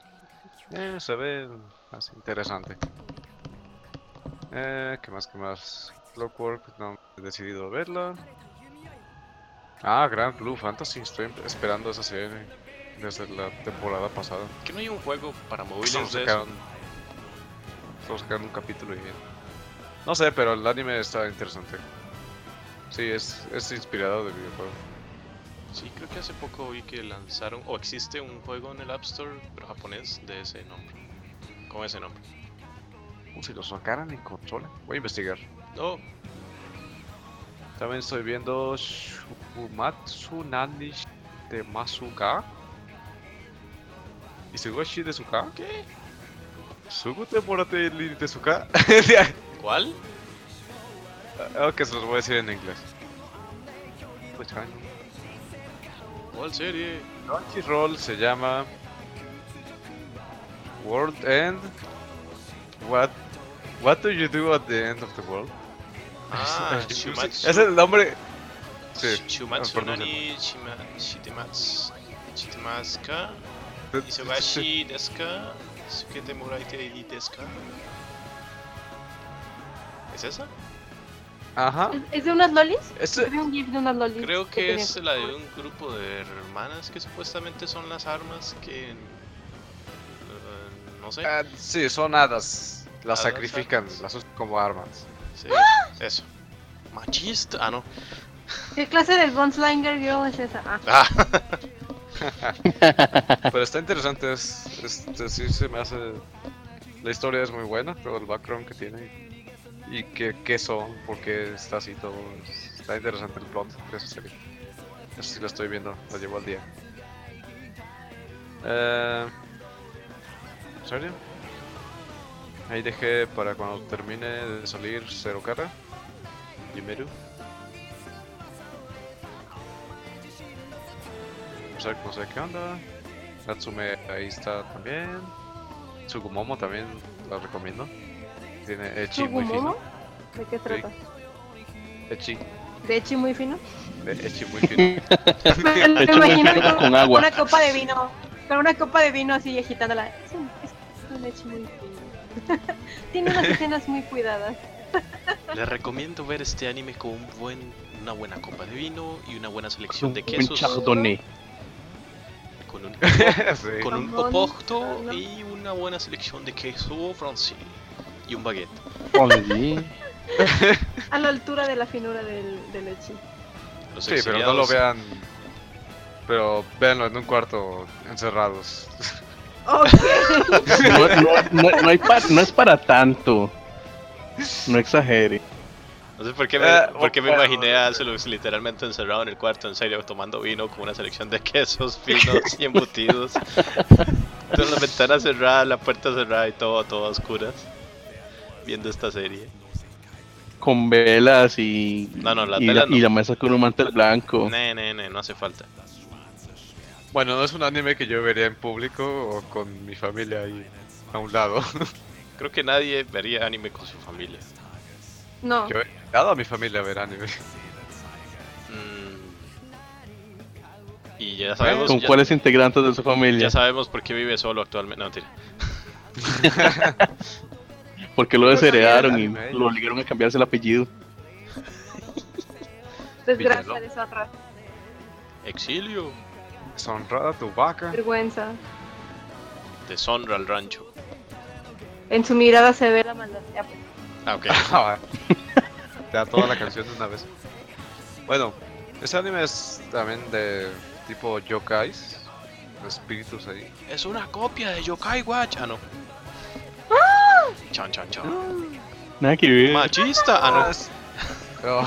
Speaker 3: Eh, se ve así interesante. Eh, ¿qué más? ¿Qué más? Clockwork, no he decidido verla. Ah, Grand Blue Fantasy. Estoy em- esperando esa serie desde la temporada pasada.
Speaker 4: ¿Que no hay un juego para
Speaker 3: Solo
Speaker 4: móviles de eso?
Speaker 3: sacaron, solo sacaron un capítulo y No sé, pero el anime está interesante. Sí, es, es inspirado de videojuego.
Speaker 4: Sí, creo que hace poco vi que lanzaron, o existe un juego en el App Store, pero japonés, de ese nombre. Con ese nombre.
Speaker 3: Uh, si lo sacaran en consola. Voy a investigar.
Speaker 4: Oh,
Speaker 3: También estoy viendo Shumatsu Nani de Masuka. ¿Y Sugoshi de Suka?
Speaker 4: ¿qué?
Speaker 3: ¿Sugu de Morate de Suka?
Speaker 4: ¿Cuál?
Speaker 3: ok, se los voy a decir en inglés. Pues, caño.
Speaker 4: ¿Cuál serie?
Speaker 3: Crunchyroll se llama World End. What What do you do at the end of the world?
Speaker 4: Ah,
Speaker 3: es
Speaker 4: Shumatsu.
Speaker 3: el nombre. Sí.
Speaker 4: Sh- Shumatsu
Speaker 3: ah, perdón,
Speaker 4: nani Shima, Shitematsu. Shitemaska.
Speaker 3: sí, sí, sí.
Speaker 4: Isogashi desu ka? Sukete moraite iri desu ka? ¿Es esa?
Speaker 3: Ajá.
Speaker 6: ¿es- ¿es de unas lolis?
Speaker 3: Ese-
Speaker 6: Yo vi un gif de unas lolis.
Speaker 4: Creo que
Speaker 6: tenía-
Speaker 4: es la de un grupo de hermanas que supuestamente son las armas que... eh, no sé.
Speaker 3: ah, sí, son hadas. Las
Speaker 4: Hadas,
Speaker 3: sacrifican,
Speaker 4: hadas.
Speaker 3: las usan como armas.
Speaker 4: Sí, eso. Machista. Ah, no.
Speaker 6: ¿Qué clase de Gunslinger Girl es esa? Ah,
Speaker 4: Ah,
Speaker 3: Pero está interesante, es, este, sí se me hace... La historia es muy buena, todo el background que tiene. Y qué, qué son, por qué está así todo. es- Está interesante el plot de esa serie. Eso sí lo estoy viendo, lo llevo al día. Eh, ¿En serio? Ahí dejé para cuando termine de salir Zero Cara. Jimeru. O sea, no sé qué onda. Natsume ahí está también. Tsugumomo también la recomiendo. Tiene Echi muy
Speaker 6: ¿Sugumomo?
Speaker 3: fino.
Speaker 6: ¿De qué trata?
Speaker 3: Echi.
Speaker 6: ¿De Echi muy fino?
Speaker 3: Echi muy fino.
Speaker 6: Me lo
Speaker 5: Echi muy
Speaker 6: imagino
Speaker 5: fino
Speaker 6: con,
Speaker 5: con agua.
Speaker 6: una copa de vino. Con una copa de vino así agitándola. Es un, es un Echi muy fino. Tiene unas escenas muy cuidadas.
Speaker 4: le recomiendo ver este anime con un buen, una buena copa de vino y una buena selección
Speaker 5: Un
Speaker 4: de
Speaker 5: buen
Speaker 4: quesos.
Speaker 5: chardonnay.
Speaker 4: Con un,
Speaker 3: Sí.
Speaker 4: con un
Speaker 6: Jamón,
Speaker 4: oporto
Speaker 6: ¿no?
Speaker 4: y una buena selección de queso francés. Y un baguette.
Speaker 5: Oye,
Speaker 6: A la altura de la finura del, del Echi.
Speaker 4: Los
Speaker 3: Sí, pero no lo
Speaker 4: exiliados-
Speaker 3: vean. Pero véanlo en un cuarto, encerrados.
Speaker 5: No, no- no- no hay pa- no es para tanto. No exagere.
Speaker 4: No sé por qué me,
Speaker 3: Eh,
Speaker 4: por qué me
Speaker 3: bueno,
Speaker 4: imaginé a Azelux literalmente encerrado en el cuarto, en serio, tomando vino con una selección de quesos finos y embutidos. Con la ventana cerrada, la puerta cerrada y todo, todo a oscuras. Viendo esta serie.
Speaker 5: Con velas y.
Speaker 4: No, no, las
Speaker 5: y,
Speaker 4: velas
Speaker 5: la, y
Speaker 4: no.
Speaker 5: la mesa con un mantel blanco.
Speaker 4: Ne, ne, ne, no hace falta.
Speaker 3: Bueno, no es un anime que yo vería en público o con mi familia ahí a un lado.
Speaker 4: Creo que nadie vería anime con su familia.
Speaker 6: No.
Speaker 3: Yo he invitado a mi familia a ver anime.
Speaker 4: Mm. Y ya sabemos,
Speaker 5: ¿Eh? ¿Con
Speaker 4: ya,
Speaker 5: cuáles integrantes de su familia?
Speaker 4: ya sabemos por qué vive solo actualmente. No, mentira.
Speaker 5: Porque lo
Speaker 3: Yo sabía
Speaker 5: desheredaron
Speaker 3: el
Speaker 5: y
Speaker 3: anime.
Speaker 5: lo obligaron a cambiarse el apellido.
Speaker 6: Desgracia,
Speaker 3: Villelo.
Speaker 6: deshonra,
Speaker 4: Exilio.
Speaker 3: Sonrada tu vaca.
Speaker 6: vergüenza.
Speaker 4: Deshonra al rancho.
Speaker 6: En su mirada se ve la maldad. Ya, pues.
Speaker 4: Ah, ok.
Speaker 3: Ah, Te da toda la canción de una vez. Bueno, este anime es también de tipo yokais, espíritus ahí.
Speaker 4: Es una copia de Yokai Watch. Ah, no.
Speaker 6: ¡Ah!
Speaker 4: Chan, chan, chan.
Speaker 5: Nada que ver.
Speaker 4: Machista.
Speaker 3: Ah,
Speaker 4: Ah,
Speaker 3: es- Pero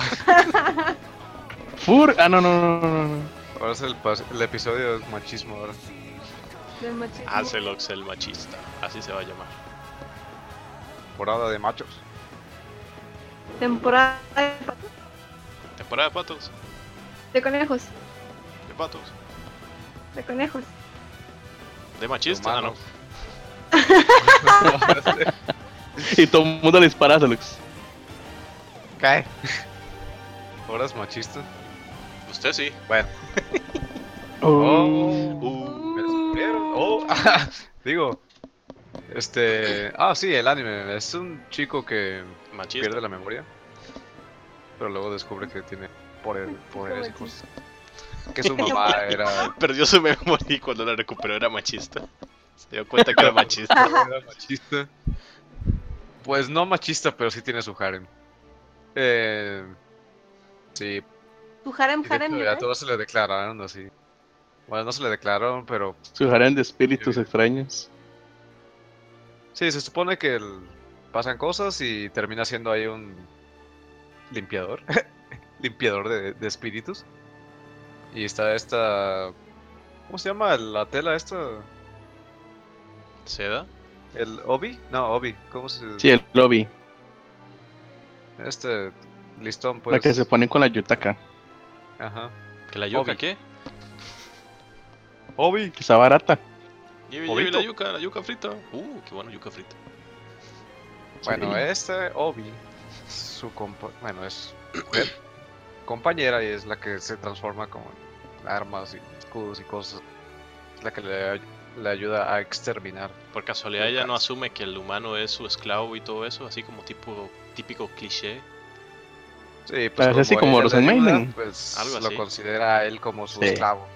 Speaker 5: Fur. Ah, no, no, no, no, no.
Speaker 3: ahora es el, pas- el episodio es machismo ahora.
Speaker 6: Del
Speaker 4: no.
Speaker 6: machismo.
Speaker 4: Hacelox el machista. Así se va a llamar.
Speaker 3: Temporada de machos.
Speaker 6: Temporada de patos-
Speaker 4: Temporada de patos.
Speaker 6: de conejos.
Speaker 4: De patos.
Speaker 6: De conejos.
Speaker 4: De machista. Ah, no.
Speaker 3: Humanos.
Speaker 5: Y todo el mundo le dispara a Alex.
Speaker 3: Cae. Ahora es machista.
Speaker 4: Usted sí.
Speaker 3: Bueno.
Speaker 5: Oh.
Speaker 4: Uh,
Speaker 3: Me descubrieron. Oh, ah, digo. Este. Ah, sí, el anime. Es un chico que
Speaker 4: machista.
Speaker 3: pierde la memoria. Pero luego descubre que tiene poder- poderes y cosas. Que su mamá era,
Speaker 4: Perdió su memoria y cuando la recuperó era machista. Se dio cuenta que era machista.
Speaker 3: era machista. Pues no machista, pero sí tiene su harem. Eh, sí,
Speaker 6: Tu harem,
Speaker 3: y de
Speaker 6: harem,
Speaker 3: hecho,
Speaker 6: ¿eh?
Speaker 3: a todos se le declararon así. Bueno, no se le declararon, pero
Speaker 5: Su harem de espíritus
Speaker 3: Sí.
Speaker 5: extraños.
Speaker 3: Sí, se supone que el- pasan cosas y termina siendo ahí un limpiador. limpiador de, de espíritus. Y está esta. ¿Cómo se llama? La tela esta.
Speaker 4: ¿Seda?
Speaker 3: ¿El Obi? No, Obi. ¿Cómo se
Speaker 5: Sí, el lobby.
Speaker 3: Este listón,
Speaker 5: La
Speaker 3: pues.
Speaker 5: que se ponen con la yutaka.
Speaker 3: Ajá.
Speaker 4: ¿Que la yuca
Speaker 3: Obi.
Speaker 4: qué?
Speaker 3: Obi.
Speaker 5: Que está barata.
Speaker 4: Lleve,
Speaker 3: Obito.
Speaker 4: lleve la yuca, la yuca frita. Uh, qué bueno, yuca frita.
Speaker 3: Bueno,
Speaker 5: Sí.
Speaker 3: este Obi. Su compa Bueno, es mujer. compañera y es la que se transforma como en armas y escudos y cosas. Es la que le, ay- le ayuda a exterminar.
Speaker 4: Por casualidad ella
Speaker 3: Yucas.
Speaker 4: no asume que el humano es su esclavo y todo eso, así como tipo típico cliché.
Speaker 3: Sí, pues
Speaker 5: Ah, es así como
Speaker 3: ella
Speaker 5: los
Speaker 3: le
Speaker 5: en
Speaker 3: ayuda,
Speaker 5: Maiden.
Speaker 3: Pues
Speaker 4: Algo
Speaker 3: lo
Speaker 4: así.
Speaker 3: considera a él como su
Speaker 5: Sí.
Speaker 3: esclavo.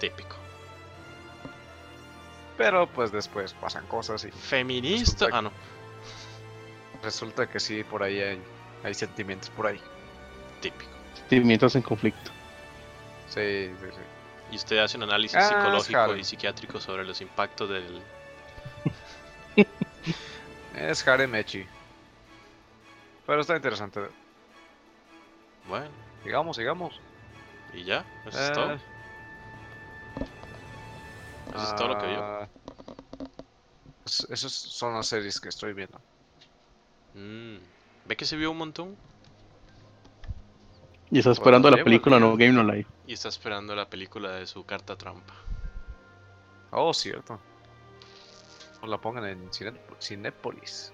Speaker 4: Típico.
Speaker 3: Pero pues después pasan cosas y
Speaker 4: Feminista. Ah, no.
Speaker 3: resulta que sí, por ahí hay, hay sentimientos por ahí.
Speaker 4: Típico.
Speaker 5: Sentimientos en conflicto.
Speaker 3: Sí, sí, sí.
Speaker 4: Y usted hace un análisis
Speaker 3: Ah,
Speaker 4: psicológico
Speaker 3: jale.
Speaker 4: y psiquiátrico sobre los impactos del...
Speaker 3: Es harem Echi. Pero está interesante.
Speaker 4: Bueno,
Speaker 3: Sigamos, sigamos.
Speaker 4: y ya, eso es todo.
Speaker 3: Eh,
Speaker 4: Eso Pues es todo lo que vio.
Speaker 3: ah, es- Esas son las series que estoy viendo.
Speaker 4: Mm, ¿Ve que se vio un montón?
Speaker 5: Y
Speaker 3: Pues
Speaker 5: está esperando la
Speaker 3: Bueno,
Speaker 5: película
Speaker 3: llevo-
Speaker 5: No Game No Life.
Speaker 4: Y está esperando la película de su carta trampa.
Speaker 3: Oh, cierto. No la pongan en Cine- Cinépolis.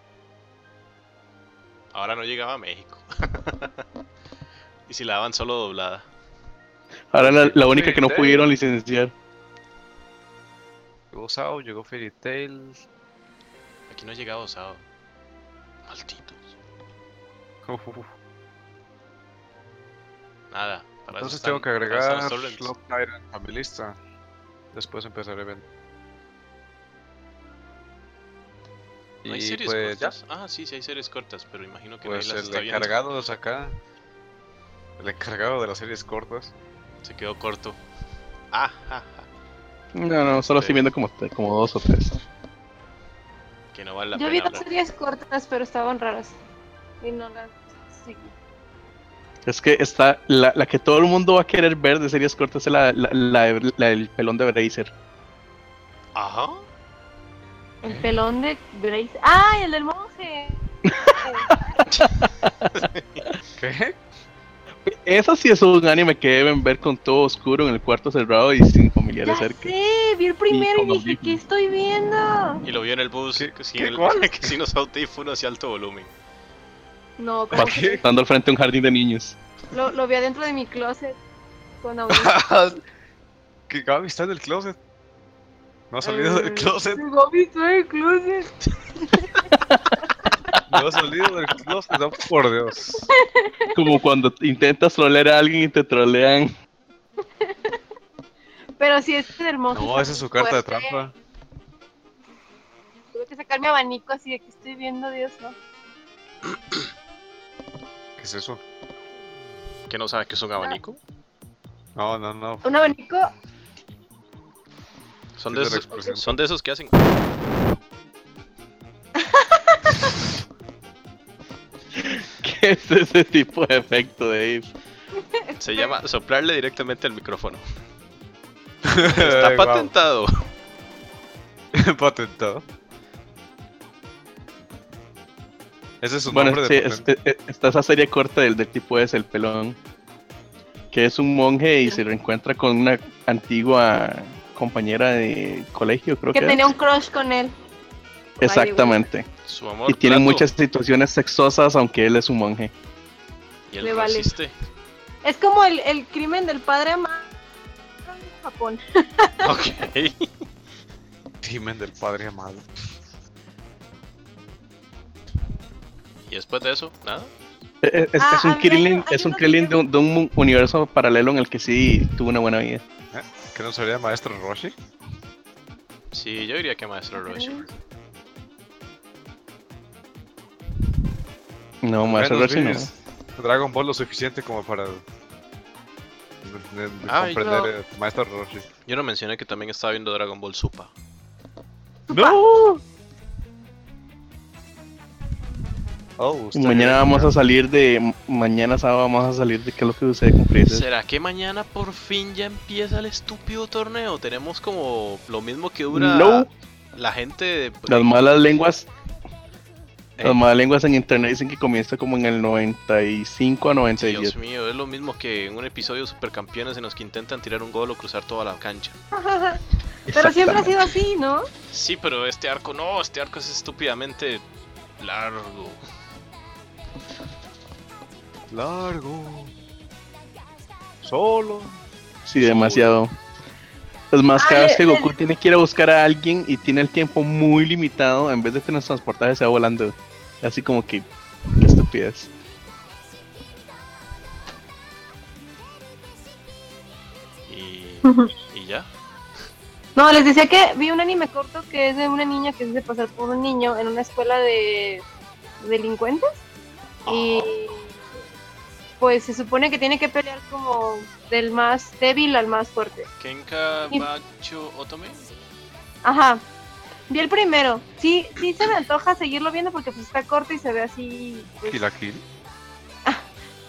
Speaker 4: Ahora no llegaba a México. y si la daban solo doblada.
Speaker 5: Ahora la, la única
Speaker 3: Sí,
Speaker 5: que no
Speaker 3: sí.
Speaker 5: pudieron licenciar.
Speaker 3: Llegó Sao, llegó Fairy Tail.
Speaker 4: Aquí no ha llegado sábado. Malditos.
Speaker 3: Uh,
Speaker 4: Nada. Para eso
Speaker 3: Entonces
Speaker 4: están-
Speaker 3: tengo que
Speaker 4: para eso
Speaker 3: agregar
Speaker 4: están los Torrents.
Speaker 3: Love Tyrant a mi lista. Después empezaré a ver.
Speaker 4: ¿No hay
Speaker 3: Y
Speaker 4: series
Speaker 3: pues ya,
Speaker 4: cortas? Ah, sí, sí hay series cortas, pero imagino que
Speaker 3: pues
Speaker 4: nadie las
Speaker 3: el
Speaker 4: está viendo.
Speaker 3: encargado es acá. El encargado de las series cortas.
Speaker 4: Se quedó corto. Ah, ja, ja.
Speaker 5: No, no, solo
Speaker 4: Sí.
Speaker 5: estoy viendo como, te- como dos o tres.
Speaker 4: Que no vale la
Speaker 6: Yo vi
Speaker 4: pena
Speaker 6: dos
Speaker 4: hablar.
Speaker 6: series cortas, pero estaban raras. Y no las seguí.
Speaker 5: Es que está la, la que todo el mundo va a querer ver de series cortas es la, la, la- la del pelón de Bracer.
Speaker 4: Ajá.
Speaker 6: El pelón de Grace. ¡Ay, el del monje!
Speaker 3: ¿Qué?
Speaker 5: Esa sí es un anime que deben ver con todo oscuro en el cuarto cerrado y sin
Speaker 6: ya
Speaker 5: familiares cerca.
Speaker 6: sé, vi el primero
Speaker 5: con
Speaker 6: y dije,
Speaker 5: audífonos.
Speaker 6: ¿qué estoy viendo?
Speaker 4: Y lo vio en el bus
Speaker 3: ¿Qué-
Speaker 4: que
Speaker 3: qué
Speaker 4: sin, el-
Speaker 3: cuál?
Speaker 4: que sin los audífonos y alto volumen.
Speaker 6: No, como
Speaker 3: ¿Para
Speaker 6: que
Speaker 3: qué?
Speaker 5: Estando al frente de un jardín de niños.
Speaker 6: Lo, lo vi adentro de mi closet con audífonos.
Speaker 3: que Gaby está en el closet. No ha salido del
Speaker 6: Eh,
Speaker 3: closet.
Speaker 6: Gaby está en el closet.
Speaker 3: Yo he salido del closet, no, por Dios.
Speaker 5: Como cuando intentas trolear a alguien y te trolean.
Speaker 6: Pero sí, es hermoso.
Speaker 3: No,
Speaker 6: está
Speaker 3: esa es su carta de
Speaker 6: fuerte.
Speaker 3: trampa.
Speaker 6: Pues, Tuve que sacar mi abanico así de que estoy viendo, Dios, ¿no?
Speaker 3: ¿Qué es eso?
Speaker 4: ¿Que no sabe que es
Speaker 6: Ah.
Speaker 4: un abanico?
Speaker 3: No, no, no.
Speaker 6: Un abanico
Speaker 4: Son
Speaker 3: Sí, de la
Speaker 4: de, esos,
Speaker 3: explosión.
Speaker 4: son de esos que hacen.
Speaker 5: ¿Qué es ese tipo de efecto, Dave?
Speaker 4: Se llama soplarle directamente al micrófono.
Speaker 3: Ay,
Speaker 4: Está
Speaker 3: guau.
Speaker 4: patentado.
Speaker 3: patentado. Ese es su
Speaker 5: Bueno,
Speaker 3: nombre
Speaker 5: sí,
Speaker 3: de
Speaker 5: es-
Speaker 3: patente.
Speaker 5: es- está esa serie corta del, del tipo es el pelón, que es un monje y se reencuentra con una antigua compañera de colegio, creo que,
Speaker 6: que
Speaker 5: es.
Speaker 6: tenía un crush con él.
Speaker 5: Exactamente.
Speaker 4: Su amor.
Speaker 5: Y tiene
Speaker 4: plato,
Speaker 5: muchas situaciones sexosas, aunque él es un monje.
Speaker 4: Y él
Speaker 6: Le vale.
Speaker 4: resiste.
Speaker 6: Es como el, el crimen del padre amado en Japón.
Speaker 4: Ok.
Speaker 5: este-
Speaker 3: Crimen del padre amado.
Speaker 4: Y después de eso, nada.
Speaker 5: Eh, eh, Es,
Speaker 6: Ah,
Speaker 5: es un
Speaker 6: a mí hay
Speaker 5: Krillin,
Speaker 6: un- hay
Speaker 5: es un
Speaker 6: uno que
Speaker 5: Krillin
Speaker 6: yo-
Speaker 5: de un, de un mu- universo paralelo en el que sí tuvo una buena vida.
Speaker 3: ¿Qué no sería maestro Roshi?
Speaker 4: Sí, yo diría que Maestro Roshi.
Speaker 5: No, más
Speaker 3: Menos
Speaker 5: no.
Speaker 3: Bills. Dragon Ball lo suficiente como para de- de- de
Speaker 4: Ay,
Speaker 3: comprender
Speaker 6: no.
Speaker 3: eh, maestro Roshi.
Speaker 4: Yo no mencioné que también estaba viendo Dragon Ball Supa.
Speaker 5: ¡No!
Speaker 3: Oh, usted-
Speaker 5: Mañana vamos a salir de. Mañana sábado vamos a salir de qué es lo que sucede con Princess.
Speaker 4: ¿Será que mañana por fin ya empieza el estúpido torneo? Tenemos como lo mismo que dura
Speaker 5: No.
Speaker 4: la gente de...
Speaker 5: Las malas lenguas.
Speaker 4: Eh,
Speaker 5: Las malas lenguas en internet dicen que comienza como en el 95 a
Speaker 4: Eh, Dios
Speaker 5: 97.
Speaker 4: mío, es lo mismo que en un episodio de Supercampeones en los que intentan tirar un gol o cruzar toda la cancha.
Speaker 6: Pero siempre ha sido así, ¿no?
Speaker 4: Sí, pero este arco no, este arco es estúpidamente largo.
Speaker 3: Largo. Solo.
Speaker 5: Sí, demasiado. Es más,
Speaker 6: Ah,
Speaker 5: cada vez
Speaker 6: le-
Speaker 5: que
Speaker 6: le-
Speaker 5: Goku tiene que ir a buscar a alguien y tiene el tiempo muy limitado, en vez de transportaje se va volando. Así como que. Qué estupidez.
Speaker 4: Y, y ya.
Speaker 6: No, les decía que vi un anime corto que es de una niña que se hace pasar por un niño en una escuela de delincuentes. Y pues se supone que tiene que pelear como del más débil al más fuerte.
Speaker 4: Kenka
Speaker 6: Y-
Speaker 4: Bacho Otome.
Speaker 6: Ajá. Vi el primero. Sí, sí se me antoja seguirlo viendo porque pues está corto y se ve así. Pues,
Speaker 3: Kill la Kill.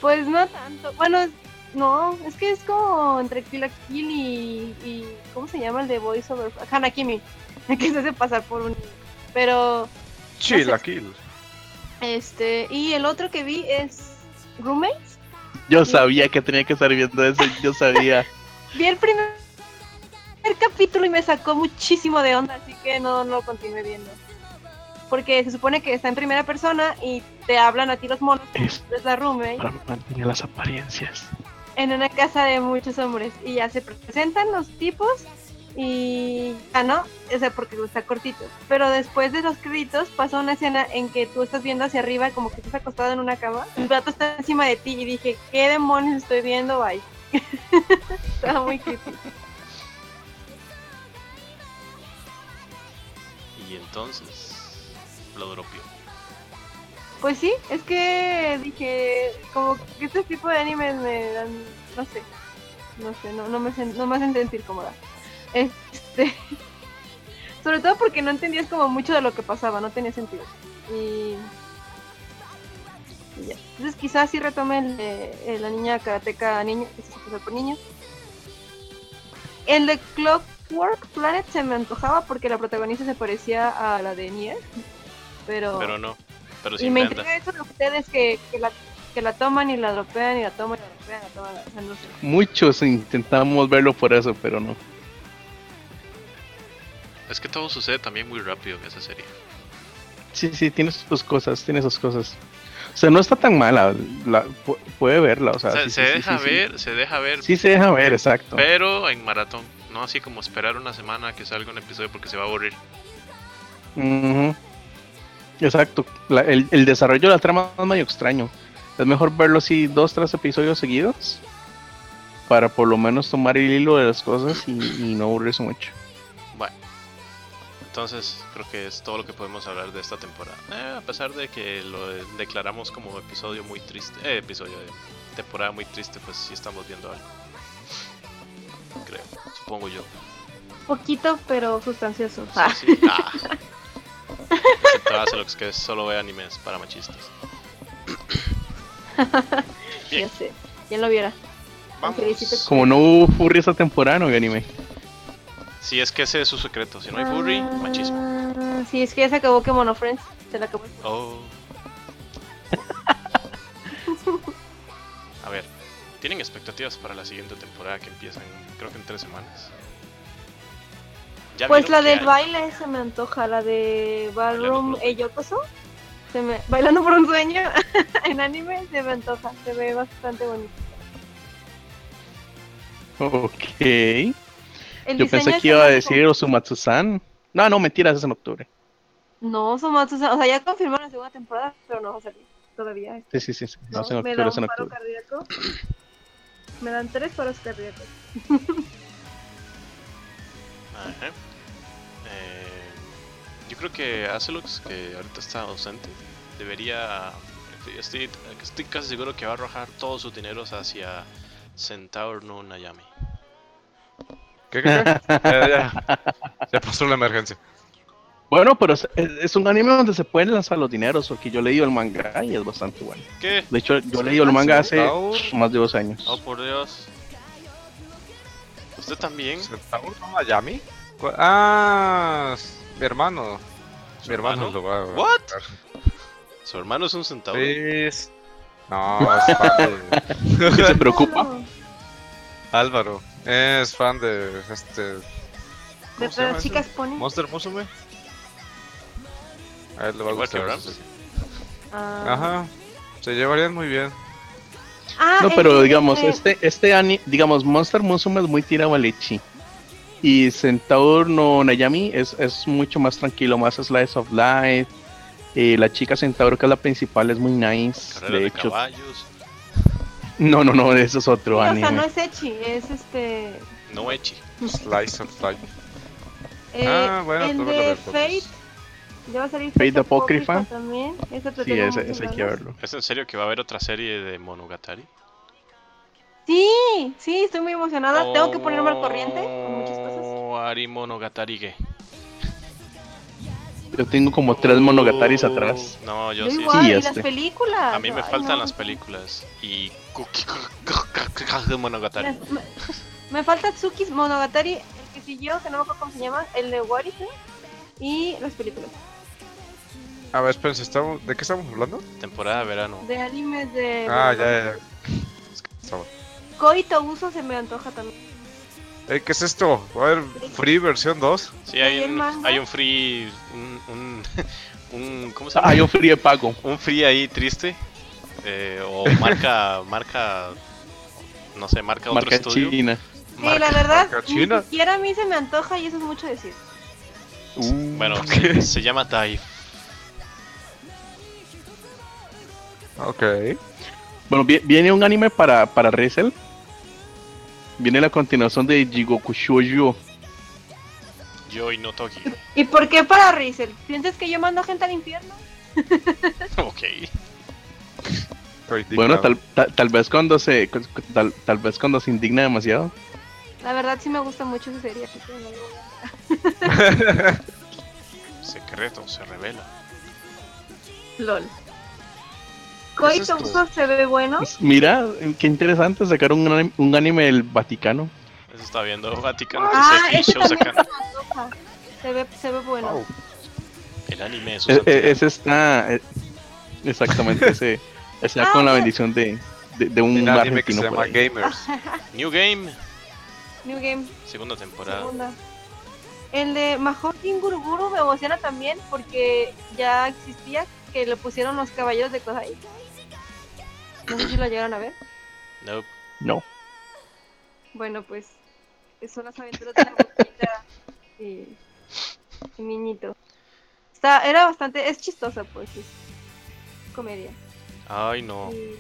Speaker 6: pues no tanto. Bueno, es- no, es que es como entre Kill la Kill y, y- ¿Cómo se llama el de Voice Over? Hanakimi. Que se hace pasar por un. Pero
Speaker 3: Chill la Kill.
Speaker 6: Este, y el otro que vi es Roommates.
Speaker 5: Yo sabía que tenía que estar viendo eso, yo sabía.
Speaker 6: Vi el primer, primer capítulo y me sacó muchísimo de onda, así que no, no lo continué viendo. Porque se supone que está en primera persona y te hablan a ti los monos,
Speaker 5: Es
Speaker 6: pero es la roommate,
Speaker 5: para mantener las apariencias.
Speaker 6: en una casa de muchos hombres. Y ya se presentan los tipos y ya no, o sea, porque está cortito. Pero después de los créditos pasa una escena en que tú estás viendo hacia arriba, como que estás acostado en una cama, un gato está encima de ti y dije, ¿qué demonios estoy viendo? Bye. Estaba muy creepy.
Speaker 4: Y entonces lo dropió.
Speaker 6: Pues sí, es que dije, como que este tipo de animes me dan, no sé, no sé, no, no, me, sen- no me hacen sentir cómoda. Este, sobre todo porque no entendías como mucho de lo que pasaba, no tenía sentido. Y, y ya. Entonces quizás sí retome el de eh, la niña karateca niño, que se hizo pasar por niño. El de Clockwork Planet se me antojaba porque la protagonista se parecía a la de Nier,
Speaker 4: Pero no. Pero sí
Speaker 6: Oh. y
Speaker 4: me
Speaker 6: me
Speaker 4: anda.
Speaker 6: intriga eso de ustedes que, que, la, que la toman y la dropean y la toman y la dropean, la toman, o sea, no sé.
Speaker 5: Muchos intentamos verlo por eso, pero no.
Speaker 4: Es que todo sucede también muy rápido en esa serie.
Speaker 5: Sí, sí, tiene sus cosas, tiene sus cosas. O sea, no está tan mala, la- pu- puede verla, o sea.
Speaker 4: O sea,
Speaker 5: sí,
Speaker 4: se
Speaker 5: sí, sí,
Speaker 4: deja
Speaker 5: sí, sí.
Speaker 4: ver, se deja ver,
Speaker 5: Sí, se deja ver, exacto.
Speaker 4: pero en maratón. No así como esperar una semana que salga un episodio porque se va a aburrir.
Speaker 5: Ujú. Exacto. La- el, el desarrollo de la trama es medio extraño. Es mejor verlo así dos, tres episodios seguidos. Para por lo menos tomar el hilo de las cosas y, y no aburrirse mucho.
Speaker 4: Bueno, entonces creo que es todo lo que podemos hablar de esta temporada. Eh, a pesar de que lo de- declaramos como episodio muy triste, eh, episodio de temporada muy triste, pues sí estamos viendo algo. Creo, supongo yo.
Speaker 6: Poquito, pero sustancioso. Ah,
Speaker 4: Sí, sí. Ah. Excepto Azerox, que solo ve animes para machistas.
Speaker 6: ya sé. ¿Quién lo viera? Felicito.
Speaker 5: Como no hubo furry esta temporada, no vi anime.
Speaker 4: Si es que ese es su secreto. Si no hay furry, machismo.
Speaker 6: Ah, Sí, es que ya se acabó que Mono Friends. Se la acabó.
Speaker 4: Oh. A ver, ¿tienen expectativas para la siguiente temporada que empieza en, creo que en tres semanas? ¿Ya
Speaker 6: Pues
Speaker 4: vieron
Speaker 6: la
Speaker 4: qué
Speaker 6: del
Speaker 4: hay?
Speaker 6: baile se me antoja, la de
Speaker 4: Bailando por
Speaker 6: Ballroom
Speaker 4: un sueño.
Speaker 6: Eyokoso. Se me... Bailando por un sueño en anime se me antoja, se ve bastante bonito.
Speaker 5: Ok.
Speaker 6: El
Speaker 5: Yo
Speaker 6: diseño
Speaker 5: pensé
Speaker 6: es
Speaker 5: que iba a
Speaker 6: hermoso.
Speaker 5: decir Osumatsu-san. No, no, mentiras, es en octubre.
Speaker 6: No, Somatsu, o sea, ya confirmaron la segunda temporada, pero no va a salir todavía. este,
Speaker 5: Sí, sí, sí. sí. No,
Speaker 6: No,
Speaker 5: es en
Speaker 6: me
Speaker 5: octubre,
Speaker 6: da
Speaker 5: es en
Speaker 6: un paro
Speaker 5: octubre.
Speaker 6: cardíaco. Me dan tres paros cardíacos.
Speaker 4: Ajá. Eh, yo creo que Azelux, que ahorita está ausente, debería. Estoy, estoy casi seguro que va a arrojar todos sus dineros hacia Centaur no Nayami.
Speaker 3: ¿Qué, qué, qué? ya, ya. Ya pasó una emergencia.
Speaker 5: Bueno, pero es, es- es un anime donde se pueden lanzar los dineros, porque yo he leído el manga y es bastante bueno.
Speaker 4: ¿Qué?
Speaker 5: De hecho, yo he leído
Speaker 6: Ah,
Speaker 5: el manga hace pff, más de dos años.
Speaker 4: Oh, por Dios. ¿Usted también?
Speaker 3: ¿Centauro no Miami? ¿Cuál- Ah, s- mi hermano. Mi hermano lo va a.
Speaker 4: ¿What? ¿Su hermano es un centauro?
Speaker 3: Sí, es- No, es fan
Speaker 5: ¿Qué se
Speaker 3: de...
Speaker 5: preocupa?
Speaker 6: Claro,
Speaker 3: Álvaro. Es fan de este
Speaker 6: De
Speaker 3: ¿Cómo se llama
Speaker 6: las
Speaker 3: eso?
Speaker 6: chicas pone.
Speaker 3: Monster Musume. A él le va a
Speaker 4: Igual que pues,
Speaker 3: gustar.
Speaker 4: Brahms.
Speaker 3: Musume.
Speaker 6: Ah.
Speaker 3: Ajá. Se llevarían muy bien.
Speaker 6: Ah,
Speaker 5: No,
Speaker 6: el
Speaker 5: pero
Speaker 6: que-
Speaker 5: digamos, este, este anime, digamos, Monster Musume es muy tirado a leche. Y Centaur no Nayami es, es mucho más tranquilo, más slice of life. Eh, la chica Centaur, que es la principal, es muy nice.
Speaker 4: Carreras
Speaker 5: de
Speaker 4: de
Speaker 5: hecho,
Speaker 4: caballos.
Speaker 5: no, no, no, eso es
Speaker 6: Sí,
Speaker 5: otro
Speaker 6: o sea,
Speaker 5: anime.
Speaker 6: no es Echi, es este.
Speaker 4: No echi.
Speaker 3: Slice of life.
Speaker 6: eh,
Speaker 3: Ah, bueno,
Speaker 6: el
Speaker 3: tú me lo
Speaker 6: de
Speaker 3: recuerdas.
Speaker 6: Fate. Ya va a salir
Speaker 5: Fate
Speaker 6: Apócrifa
Speaker 5: Apócrifa.
Speaker 6: También. Ese te
Speaker 5: Sí,
Speaker 6: tengo
Speaker 5: ese,
Speaker 6: muchas
Speaker 5: ese hay que
Speaker 6: ganas.
Speaker 5: verlo.
Speaker 4: ¿Es en serio que va a haber otra serie de Monogatari?
Speaker 6: Sí, sí, estoy muy emocionada. Tengo
Speaker 5: Oh,
Speaker 6: que ponerme al corriente con muchas cosas.
Speaker 4: Oh, Ari Monogatari ¿qué?
Speaker 5: Yo tengo como tres monogataris atrás.
Speaker 4: No, yo
Speaker 6: Yo
Speaker 4: sí.
Speaker 6: igual,
Speaker 5: sí,
Speaker 6: y las
Speaker 5: este.
Speaker 6: películas.
Speaker 4: A mí me
Speaker 6: ay,
Speaker 4: faltan
Speaker 6: no.
Speaker 4: las películas. Y. Cookie- de Monogatari.
Speaker 6: Las- me, me falta Tsukis Monogatari, el que siguió, que no me acuerdo cómo se llama, el de Warrior y las películas.
Speaker 3: A ver, espérense, ¿estamos... ¿de qué estamos hablando?
Speaker 4: Temporada de verano.
Speaker 6: De animes de.
Speaker 3: Ah, ya, ya. Es que estaba-
Speaker 6: Koito Uso se me antoja también.
Speaker 3: Eh, ¿Qué es esto? ¿Va a haber Free versión 2?
Speaker 4: Sí, hay
Speaker 6: ¿Y el
Speaker 4: un,
Speaker 6: manga?
Speaker 4: hay un free. Un, un, un- ¿Cómo se llama?
Speaker 5: Ah, yo frío de pago.
Speaker 4: un free ahí triste eh, o marca marca no sé marca otro
Speaker 5: Marca
Speaker 4: estudio
Speaker 5: China.
Speaker 6: Sí,
Speaker 4: Marca-
Speaker 6: la verdad,
Speaker 3: marca
Speaker 6: ni
Speaker 3: china.
Speaker 6: siquiera a mí se me antoja y eso es mucho decir.
Speaker 5: Uh,
Speaker 4: bueno se, se llama Tai
Speaker 3: Ok.
Speaker 5: Bueno, vi- viene un anime para, para Resel. Viene la continuación de Jigoku Shoujo.
Speaker 4: yo y no Toki
Speaker 6: ¿Y por qué para Rizel? ¿Piensas que yo mando gente al infierno?
Speaker 4: ok
Speaker 3: estoy
Speaker 5: Bueno,
Speaker 3: indignado.
Speaker 5: tal, tal, tal vez cuando se cu- cu- tal, tal vez cuando se indigna demasiado.
Speaker 6: La verdad sí me gusta mucho esa serie. así que no lo voy a-
Speaker 4: secreto se revela
Speaker 6: LOL. Koito
Speaker 3: esto?
Speaker 6: Uso se ve bueno.
Speaker 5: Pues, mira, qué interesante sacar un, anim- un anime del Vaticano.
Speaker 4: eso está viendo Vaticano que
Speaker 6: Ah,
Speaker 4: se
Speaker 6: ese
Speaker 4: show
Speaker 6: también se
Speaker 4: sacan
Speaker 6: me antoja. Se ve, se ve bueno.
Speaker 3: Wow.
Speaker 4: el anime de sus
Speaker 5: E- e-
Speaker 4: anteojos.
Speaker 5: ese está eh, exactamente ese, ese
Speaker 6: Ah,
Speaker 5: con la
Speaker 6: bueno.
Speaker 5: bendición de, de, de un
Speaker 3: Un anime que
Speaker 5: argentino
Speaker 3: se
Speaker 5: por
Speaker 3: llama
Speaker 5: ahí.
Speaker 3: Gamers.
Speaker 4: New Game
Speaker 6: New Game,
Speaker 4: segunda temporada
Speaker 6: segunda. El de Major King Guruguru me emociona también porque ya existía que le pusieron los caballeros de Kodai. No sé si lo llegaron a ver.
Speaker 4: no
Speaker 5: No.
Speaker 6: Bueno, pues son las aventuras de la boquita y, y niñito. Está, era bastante, es chistosa pues, es comedia.
Speaker 4: Ay, no.
Speaker 6: Y-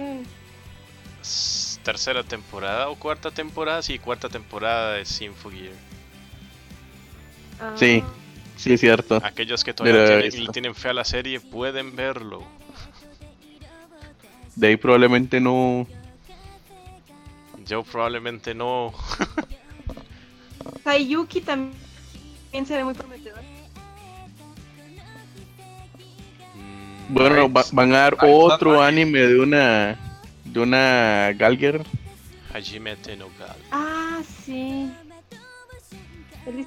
Speaker 6: Mm.
Speaker 4: S- Tercera temporada o cuarta temporada, sí, cuarta temporada de Sinfugir.
Speaker 6: Ah,
Speaker 5: Sí. Sí, es cierto.
Speaker 4: Aquellos que
Speaker 5: Mira,
Speaker 4: todavía
Speaker 5: ahí
Speaker 4: tienen,
Speaker 5: está.
Speaker 4: le tienen fe a la serie pueden verlo.
Speaker 5: De ahí probablemente no.
Speaker 4: Yo probablemente no.
Speaker 6: Sayuki tam- también se ve muy prometedor.
Speaker 4: Mm,
Speaker 5: Bueno, va- van a dar
Speaker 3: Ahí está,
Speaker 5: otro
Speaker 3: ahí.
Speaker 5: anime de una. De una Galger.
Speaker 4: Hajime Tenogal.
Speaker 6: Ah, sí. El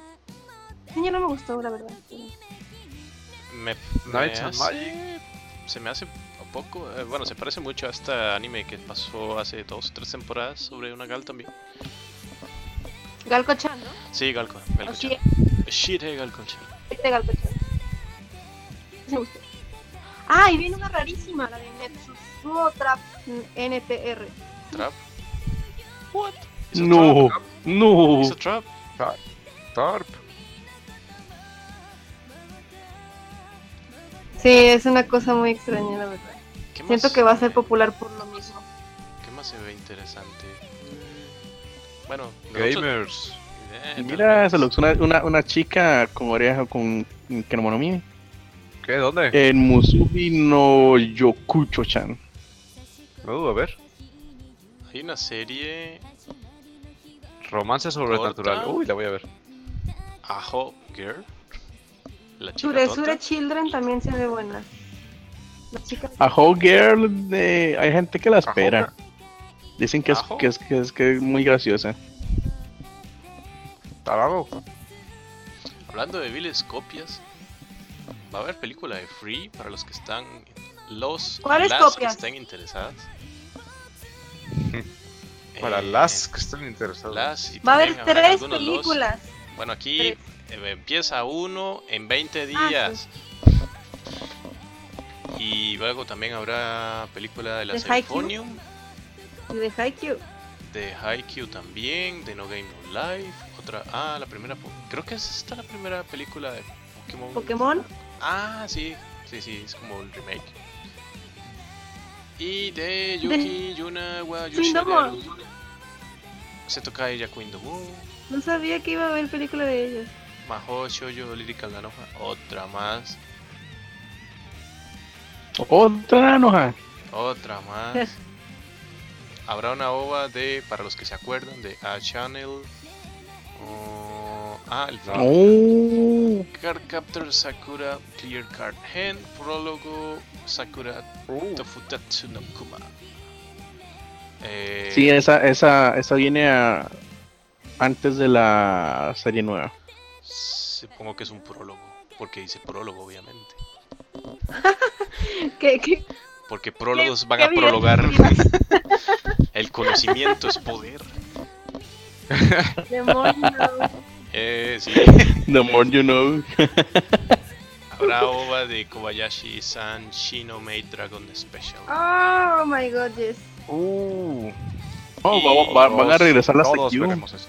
Speaker 6: diseño no me gustó, la verdad.
Speaker 4: Me, me
Speaker 3: Knights and
Speaker 4: hace, se me hace un poco. eh, bueno, se parece mucho a este anime que pasó hace dos o tres temporadas sobre una gal también.
Speaker 6: Galco-chan, ¿no?
Speaker 4: Sí, Galco.
Speaker 6: O
Speaker 4: Galco
Speaker 6: Oh, sí,
Speaker 4: Shire Galco-chan.
Speaker 6: este Galco-chan. Sí Me gustó. Ah, y viene una rarísima, la de Netsusuo Trap NTR.
Speaker 4: Trap. What? It's a
Speaker 5: No,
Speaker 4: trap.
Speaker 5: no.
Speaker 4: It's a trap.
Speaker 3: Tarp.
Speaker 6: Sí, es una cosa muy extraña, la verdad.
Speaker 4: ¿Qué
Speaker 6: Siento
Speaker 4: más?
Speaker 6: que va a ser popular por lo mismo.
Speaker 4: ¿Qué más se ve interesante? Bueno, nosotros-
Speaker 3: Gamers.
Speaker 4: Eh, tal
Speaker 5: Mira,
Speaker 4: vez.
Speaker 5: se lo una, una, una chica con oreja con Kemonomie.
Speaker 3: ¿Qué? ¿Dónde?
Speaker 5: En Musubi no Yokucho-chan.
Speaker 3: No dudo, a ver.
Speaker 4: Hay una serie.
Speaker 3: Romance sobrenatural.
Speaker 4: Corta.
Speaker 3: Uy, la voy a ver.
Speaker 4: Ajo Girl. La chica
Speaker 6: Suresure
Speaker 4: tonta.
Speaker 6: Children también se ve buena. La chica.
Speaker 5: A Whole Girl, de- hay gente que la espera. Dicen que es,
Speaker 4: Ajo.
Speaker 5: que es, que es, que es muy graciosa.
Speaker 3: Tarado.
Speaker 4: Hablando de viles copias, va a haber película de Free para los que están. Los
Speaker 6: ¿Cuáles
Speaker 4: las que
Speaker 6: copias?
Speaker 4: estén interesadas.
Speaker 3: Para
Speaker 4: Eh,
Speaker 3: las que estén interesadas.
Speaker 4: las y
Speaker 6: Va a
Speaker 4: también
Speaker 6: haber
Speaker 4: habrá
Speaker 6: tres
Speaker 4: algunos los.
Speaker 6: películas.
Speaker 4: Bueno, aquí
Speaker 6: Tres.
Speaker 4: eh, empieza uno en 20
Speaker 6: Ah, sí.
Speaker 4: días. Y luego también habrá película de la
Speaker 6: ¿De Haikyuu?
Speaker 4: Symphonium,
Speaker 6: Y de Haikyuu.
Speaker 4: de Haikyuu también, de No Game No Life. Otra, ah, la primera, po- creo que es esta la primera película de Pokémon.
Speaker 6: Pokémon.
Speaker 4: Ah, sí, sí, sí, es como el remake. Y de Yuki, Yuna, Wa,
Speaker 6: Sindomo.
Speaker 4: Yoshinaru, Se toca ella Quindomu.
Speaker 6: No sabía que iba a haber película de ellos.
Speaker 4: Maho Shoujo Lyrical Ganoja, otra más,
Speaker 5: Otra noja.
Speaker 4: otra más. Habrá una ova de, para los que se acuerdan, de A Channel. o- ah, el Card
Speaker 5: Oh,
Speaker 4: Captor Sakura Clear Card Hand, prólogo Sakura Tofutatsu no Kuma. Eh,
Speaker 5: sí, esa, esa, esa viene a- antes de la serie nueva.
Speaker 4: Supongo que es un prólogo, porque dice prólogo, obviamente.
Speaker 6: ¿Qué, qué,
Speaker 4: Porque prólogos
Speaker 6: qué-
Speaker 4: van
Speaker 6: qué
Speaker 4: a
Speaker 6: bien.
Speaker 4: prologar. El conocimiento es poder.
Speaker 6: Demonios.
Speaker 4: Eh, sí.
Speaker 5: The more you know.
Speaker 4: Habrá ova de Kobayashi San Shino Maid Dragon Special.
Speaker 6: Oh my god, yes.
Speaker 3: Uh,
Speaker 5: Oh,
Speaker 4: Y
Speaker 5: va- va- van a
Speaker 3: todos-
Speaker 5: regresar las
Speaker 3: Todos
Speaker 5: Q.
Speaker 3: veremos eso.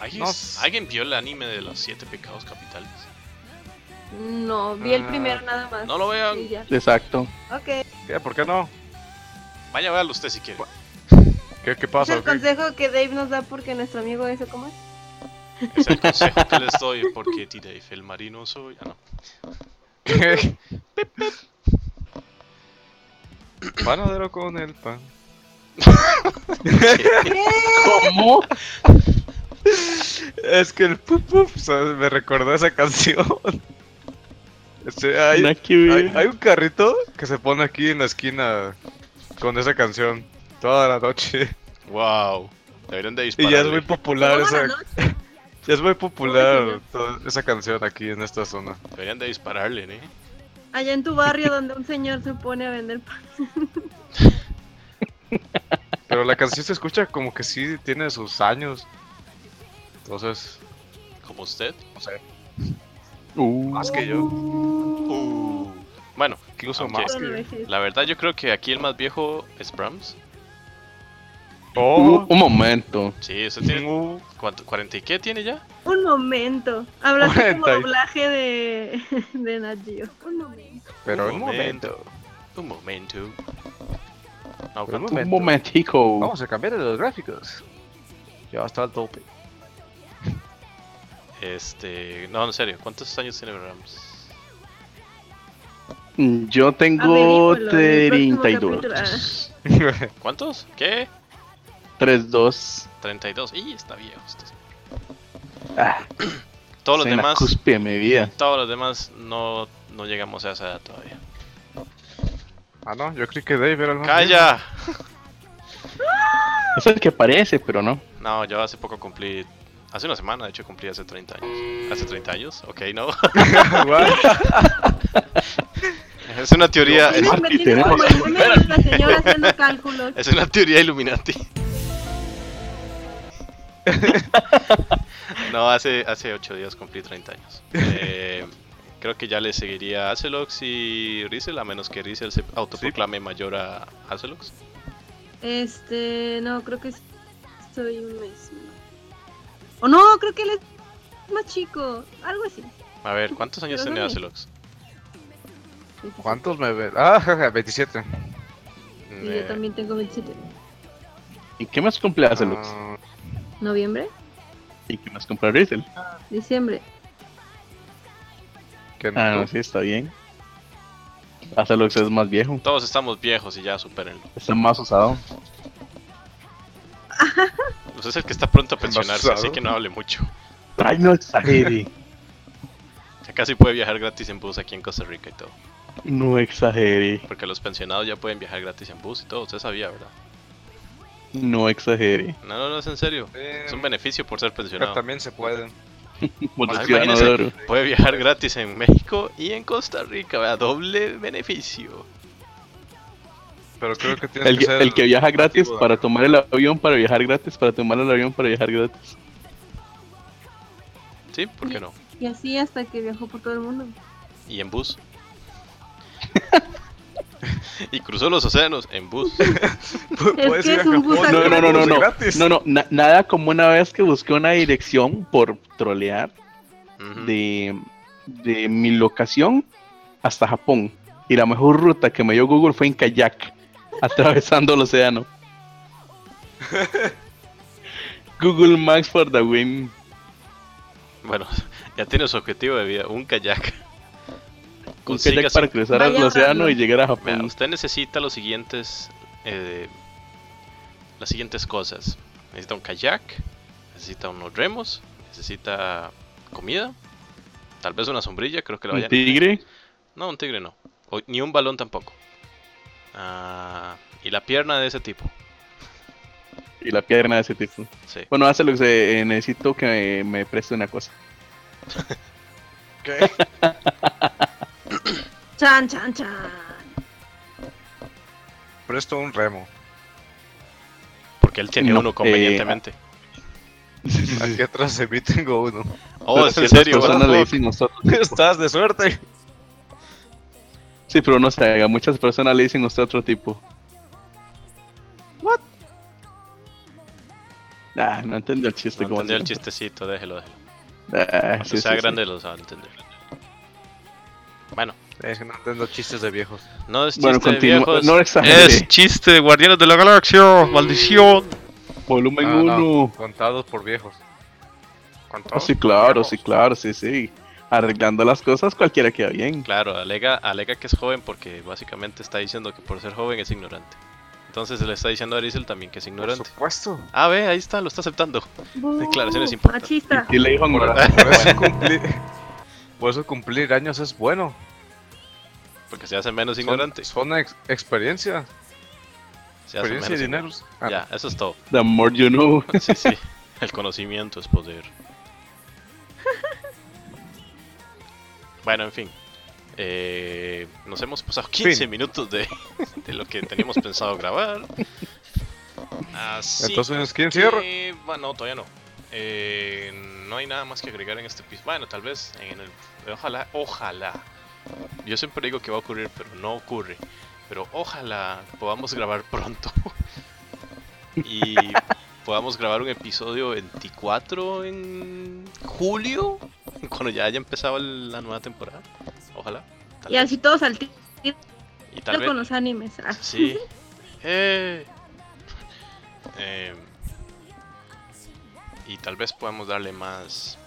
Speaker 4: ¿Alguien,
Speaker 3: Nos-
Speaker 4: alguien vio el anime de los siete pecados capitales?
Speaker 6: No, vi el
Speaker 3: Ah,
Speaker 6: primero nada más.
Speaker 4: No lo vean.
Speaker 6: Y ya.
Speaker 5: Exacto.
Speaker 6: Ok.
Speaker 3: ¿Qué? ¿Por qué no?
Speaker 4: Vaya a verlo usted si quiere.
Speaker 3: ¿Qué, qué
Speaker 6: Es
Speaker 3: pasa?
Speaker 6: el consejo que Dave nos da porque nuestro amigo eso, ¿cómo es?
Speaker 4: Es el consejo que les doy porque T-Dave, el marino soy. Ah, no.
Speaker 3: ¿Qué? Panadero con el pan.
Speaker 5: ¿Cómo?
Speaker 3: Es que el pup pup o sea, me recordó esa canción. Este, hay,
Speaker 5: Una Q.
Speaker 3: hay- hay un carrito que se pone aquí en la esquina con esa canción toda la noche.
Speaker 4: Wow. Deberían de
Speaker 3: Y
Speaker 4: disparar.
Speaker 3: ya es muy popular
Speaker 6: Toda la
Speaker 3: esa,
Speaker 6: noche.
Speaker 3: ya es muy popular toda esa canción aquí en esta zona.
Speaker 4: Deberían de dispararle, ¿eh?
Speaker 6: Allá en tu barrio donde un señor se pone a vender pan.
Speaker 3: Pero la canción se escucha como que sí tiene sus años. Entonces,
Speaker 4: Como usted.
Speaker 3: no sé,
Speaker 5: Uh,
Speaker 3: más que yo,
Speaker 4: Uh. Bueno,
Speaker 3: incluso
Speaker 4: Aunque-
Speaker 3: más
Speaker 6: Bueno,
Speaker 3: que
Speaker 6: sí.
Speaker 4: la verdad yo creo que aquí el más viejo es Brahms.
Speaker 5: Uh,
Speaker 3: Oh,
Speaker 5: un momento.
Speaker 4: Sí, usted tiene.
Speaker 3: uh,
Speaker 4: ¿Cuánto? ¿40 y qué tiene ya?
Speaker 6: Un momento. Hablaste como
Speaker 3: Cuarenta y-
Speaker 6: doblaje de, de Nat Geo. Un momento.
Speaker 3: pero un momento.
Speaker 4: Un momento. No,
Speaker 3: Un
Speaker 4: ¿cuánto?
Speaker 5: Un
Speaker 3: momento.
Speaker 5: momentico.
Speaker 3: Vamos a cambiar los gráficos. Uh. Ya está al tope.
Speaker 4: Este. No, en serio, ¿cuántos años tiene Rams?
Speaker 5: Yo tengo
Speaker 6: Averígualo, en el próximo
Speaker 5: 32.
Speaker 4: ¿Cuántos? ¿Qué?
Speaker 5: 3-2.
Speaker 4: 32. Y está viejo. este.
Speaker 5: Ah,
Speaker 4: Todos los
Speaker 5: estoy en la
Speaker 4: demás.
Speaker 5: cúspide de mi vida.
Speaker 4: Todos los demás no, no llegamos a esa edad todavía.
Speaker 3: Ah, no, yo creí que Dave era el más viejo.
Speaker 4: ¡Calla!
Speaker 5: Es el que parece, pero no.
Speaker 4: No, yo hace poco cumplí. Hace una semana, de hecho, cumplí hace 30 años. ¿Hace 30 años? Ok, no.
Speaker 3: What?
Speaker 4: es una teoría. Es,
Speaker 5: Papi,
Speaker 6: Me tiene
Speaker 5: tenemos-
Speaker 6: como el meme de la señora haciendo cálculos.
Speaker 4: es una teoría Illuminati. no, hace, hace 8 días cumplí 30 años. Eh, creo que ya le seguiría Acelox y Rizel, a menos que Rizel se autoproclame mayor a Acelox.
Speaker 6: Este, no, creo que es- soy un mes. ¿no? O no, creo que él es más chico. Algo así.
Speaker 4: A ver, ¿cuántos años
Speaker 6: Pero
Speaker 4: tiene
Speaker 6: no.
Speaker 4: Acelox?
Speaker 3: ¿Cuántos me ven? Ah, jaja, 27.
Speaker 6: Y
Speaker 4: eh.
Speaker 6: yo también tengo 27.
Speaker 5: ¿Y qué más cumple Azelux?
Speaker 3: Ah,
Speaker 6: ¿Noviembre?
Speaker 5: ¿Y qué más cumple Rizel?
Speaker 6: ¿Diciembre?
Speaker 3: que no.
Speaker 5: Ah, no, sí, está bien. Azelux es más viejo.
Speaker 4: Todos estamos viejos y ya supérenlo.
Speaker 5: Está más usado.
Speaker 4: Usted Pues es el que está pronto a pensionarse, así
Speaker 3: Basado.
Speaker 4: que no hable mucho.
Speaker 5: Ay, no exagere.
Speaker 4: Ya casi puede viajar gratis en bus aquí en Costa Rica y todo.
Speaker 5: No exagere.
Speaker 4: Porque los pensionados ya pueden viajar gratis en bus y todo. Usted sabía, ¿verdad?
Speaker 5: No exagere.
Speaker 4: No, no, no, es en serio.
Speaker 3: Eh,
Speaker 4: Es un beneficio por ser
Speaker 3: pero
Speaker 4: pensionado.
Speaker 3: también se puede.
Speaker 5: Como
Speaker 4: Ah,
Speaker 5: el ciudadano de oro.
Speaker 4: Puede viajar gratis en México y en Costa Rica. vea, Doble beneficio.
Speaker 3: Pero creo que tienes
Speaker 5: El,
Speaker 3: que
Speaker 5: que-
Speaker 3: ser.
Speaker 5: el que viaja gratis
Speaker 3: activo,
Speaker 5: para tomar el avión, para viajar gratis, para tomar el avión, para viajar gratis.
Speaker 4: ¿Sí? ¿Por qué no?
Speaker 6: Y así hasta que viajó por todo el mundo.
Speaker 4: Y en bus. y cruzó los océanos en bus.
Speaker 6: Es
Speaker 3: Puedes
Speaker 6: que
Speaker 3: ir a
Speaker 6: es un bus
Speaker 3: Japón,
Speaker 5: No, no, no, no, no.
Speaker 3: Gratis.
Speaker 5: No, no, na- nada como una vez que busqué una dirección por trolear
Speaker 4: Ujú.
Speaker 5: de, de mi locación hasta Japón. Y la mejor ruta que me dio Google fue en kayak, atravesando el océano. Google Maps for the win.
Speaker 4: Bueno, ya tiene su objetivo de vida. Un kayak.
Speaker 5: Un kayak
Speaker 4: Consígase-
Speaker 5: para cruzar
Speaker 6: Vaya
Speaker 5: el océano
Speaker 6: ahorrando.
Speaker 5: y llegar a
Speaker 4: Vea,
Speaker 5: Japón.
Speaker 4: Ah, usted necesita los siguientes. eh, las siguientes cosas: necesita un kayak, necesita unos remos, necesita comida, tal vez una sombrilla, creo que la
Speaker 5: Un
Speaker 4: vayan.
Speaker 5: tigre.
Speaker 4: No, un tigre no. O- ni un balón tampoco. Ah, y la pierna de ese tipo.
Speaker 5: Y la pierna de ese tipo.
Speaker 4: Sí.
Speaker 5: Bueno, hace lo que se- eh, necesito que me, me preste una cosa.
Speaker 3: ¿Qué?
Speaker 6: Chan, chan, chan.
Speaker 3: Presto un remo.
Speaker 4: Porque él tiene
Speaker 5: No, eh,
Speaker 4: uno convenientemente.
Speaker 3: Aquí atrás de mí tengo uno.
Speaker 4: oh, es en
Speaker 5: Esas
Speaker 4: serio. what the
Speaker 5: personas le
Speaker 4: fuck?
Speaker 5: dicen nosotros.
Speaker 3: Estás de suerte.
Speaker 5: Sí, pero no sé, a muchas personas le dicen usted otro tipo. ¿What? Ah, no entendí el chiste.
Speaker 4: No
Speaker 5: ¿cómo
Speaker 4: entendió el
Speaker 5: se-
Speaker 4: chistecito, déjelo, déjelo.
Speaker 5: Ah,
Speaker 4: Cuando
Speaker 5: sí,
Speaker 4: sea
Speaker 5: sí, sí.
Speaker 4: grande lo sabe entender. Bueno,
Speaker 3: Es que Eh, no entiendo chistes de viejos.
Speaker 4: no es chiste
Speaker 5: Bueno,
Speaker 4: de
Speaker 5: continúa.
Speaker 4: viejos.
Speaker 5: No exagere.
Speaker 4: chiste de Guardianes de la Galaxia. Maldición.
Speaker 5: Volumen
Speaker 3: Ah, no,
Speaker 5: 1.
Speaker 3: Contados por viejos. Contados.
Speaker 5: Ah, sí, claro, sí, claro, sí, sí. Arreglando las cosas, cualquiera queda bien.
Speaker 4: Claro, alega, alega que es joven porque básicamente está diciendo que por ser joven es ignorante. Entonces le está diciendo a Arizel también que es
Speaker 3: Por
Speaker 4: ignorante.
Speaker 3: supuesto.
Speaker 4: Ah, ve, ahí está, lo está aceptando. Declaraciones
Speaker 6: Uh,
Speaker 4: importantes.
Speaker 6: Machista.
Speaker 5: Y le dijo a
Speaker 3: Por,
Speaker 5: Angora,
Speaker 3: por eso cumplir, por eso cumplir años es bueno.
Speaker 4: Porque se hace menos
Speaker 3: Son-
Speaker 4: ignorante.
Speaker 3: Son, ex- experiencia.
Speaker 4: Se hace menos
Speaker 3: Experiencia y dinero.
Speaker 4: ignorante.
Speaker 3: Ah,
Speaker 4: Ya, eso es todo.
Speaker 5: The more you know.
Speaker 4: Sí, sí. El conocimiento es poder. Bueno, en fin. Eh, nos hemos pasado 15
Speaker 3: Fin.
Speaker 4: minutos de, de lo que teníamos pensado grabar. Así
Speaker 3: Entonces, ¿quién cierra?
Speaker 4: Eh, bueno, todavía no. Eh, no hay nada más que agregar en este episodio. Bueno, tal vez en el. Ojalá, ojalá. Yo siempre digo que va a ocurrir, pero no ocurre. Pero ojalá podamos grabar pronto. y podamos grabar un episodio 24 en julio, cuando ya haya empezado el- la nueva temporada. Ojalá. tal
Speaker 6: Y
Speaker 4: vez.
Speaker 6: así todos al tiro
Speaker 4: Y tal vez-
Speaker 6: con los animes. Ah,
Speaker 4: Sí. Eh. Em, y tal vez podamos darle más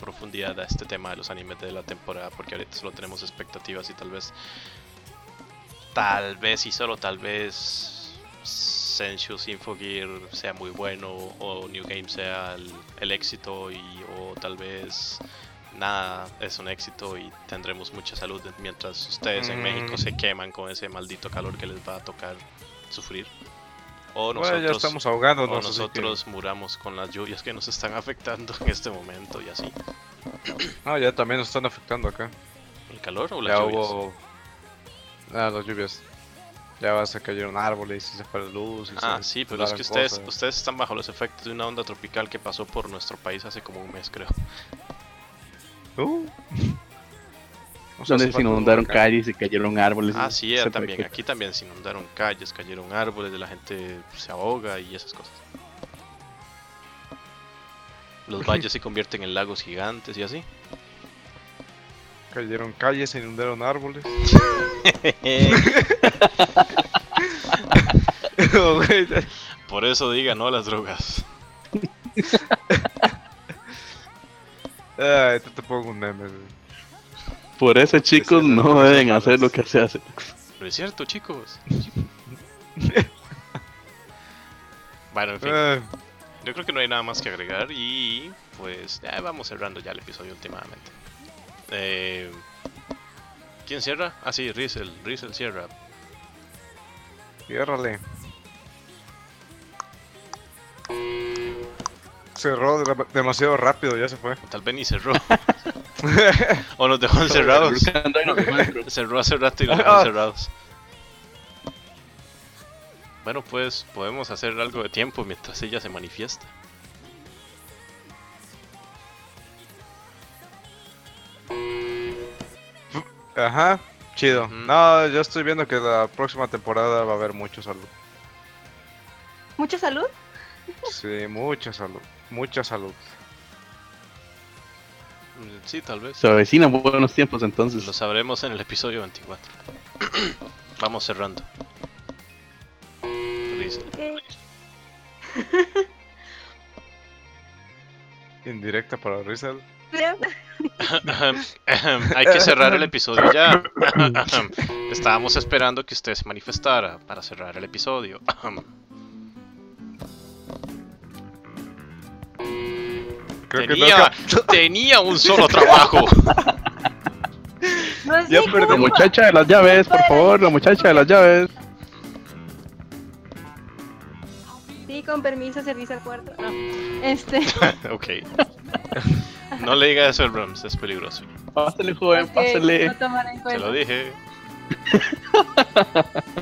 Speaker 4: profundidad a este tema de los animes de la temporada, porque ahorita solo tenemos expectativas y tal vez, tal vez y solo tal vez Senshus Infogear sea muy bueno o New Game sea el, el éxito y o tal vez nada es un éxito y tendremos mucha salud mientras ustedes en
Speaker 3: Mm.
Speaker 4: México se queman con ese maldito calor que les va a tocar sufrir. O
Speaker 3: Bueno,
Speaker 4: nosotros,
Speaker 3: ya estamos ahogados,
Speaker 4: o
Speaker 3: ¿no? Así que-
Speaker 4: nosotros muramos con las lluvias que nos están afectando en este momento y así.
Speaker 3: Ah, ya también nos están afectando acá.
Speaker 4: ¿El calor o las
Speaker 3: Ya
Speaker 4: lluvias?
Speaker 3: hubo. Ah, las lluvias. Ya se cayeron árboles y se fue la luz. Y
Speaker 4: Ah,
Speaker 3: se
Speaker 4: sí, pero es
Speaker 3: volaron
Speaker 4: que ustedes, pues
Speaker 3: cosas.
Speaker 4: ustedes están bajo los efectos de una onda tropical que pasó por nuestro país hace como un mes, creo.
Speaker 3: Uh. O sea,
Speaker 5: Donde
Speaker 3: hace
Speaker 5: se
Speaker 3: falta un
Speaker 5: inundaron
Speaker 3: huracán.
Speaker 5: calles, se cayeron árboles.
Speaker 4: Ah, sí,
Speaker 5: se-
Speaker 4: eh, también. Aquí también se inundaron calles, cayeron árboles, de la gente se ahoga y esas cosas. Los valles se convierten en lagos gigantes y así.
Speaker 3: Cayeron calles, se inundaron árboles.
Speaker 4: Por eso diga no a las drogas.
Speaker 3: Ay, te, te pongo un meme. güey.
Speaker 5: Por eso, chicos,
Speaker 3: Escenas
Speaker 5: no
Speaker 3: de
Speaker 5: deben
Speaker 3: malas.
Speaker 5: hacer lo que se hace.
Speaker 4: Pero es cierto, chicos. bueno, en fin.
Speaker 3: Ay,
Speaker 4: Yo creo que no hay nada más que agregar y pues ya vamos cerrando ya el episodio últimamente. Eh, ¿Quién cierra? Ah, sí, Rizel. Rizel cierra.
Speaker 3: ciérrale. Cerró de- demasiado rápido, ya se fue.
Speaker 4: Tal vez ni cerró. o nos dejó encerrados. Cerró hace rato y nos dejó encerrados. Bueno, pues podemos hacer algo de tiempo mientras ella se manifiesta.
Speaker 3: Ajá, chido.
Speaker 4: Ujú.
Speaker 3: No, yo estoy viendo que la próxima temporada va a haber mucho salud.
Speaker 6: Mucha salud.
Speaker 3: Sí, mucha salud. Mucha salud.
Speaker 4: Mm, Sí, tal vez.
Speaker 5: Se avecinan buenos tiempos entonces.
Speaker 4: Lo sabremos en el episodio 24. Vamos cerrando. Rizel.
Speaker 6: Ok.
Speaker 3: Indirecta para Rizal.
Speaker 4: Hay que cerrar el episodio ya. Estábamos esperando que usted se manifestara para cerrar el episodio.
Speaker 3: Creo que no
Speaker 4: tenía,
Speaker 3: alca-
Speaker 4: tenía un solo trabajo.
Speaker 6: No es
Speaker 3: Ya
Speaker 6: mi
Speaker 3: perdí.
Speaker 5: La
Speaker 6: culpa.
Speaker 5: muchacha de las llaves, por favor, la muchacha de las llaves.
Speaker 6: Sí, con permiso, servicio al cuarto. No.
Speaker 4: Mm.
Speaker 6: Este,
Speaker 4: ok. No le diga eso al Brahms, es peligroso.
Speaker 5: Pásale, joven,
Speaker 6: ok,
Speaker 5: pásale.
Speaker 6: lo tomaré en
Speaker 4: Se
Speaker 6: cuenta.
Speaker 4: lo dije.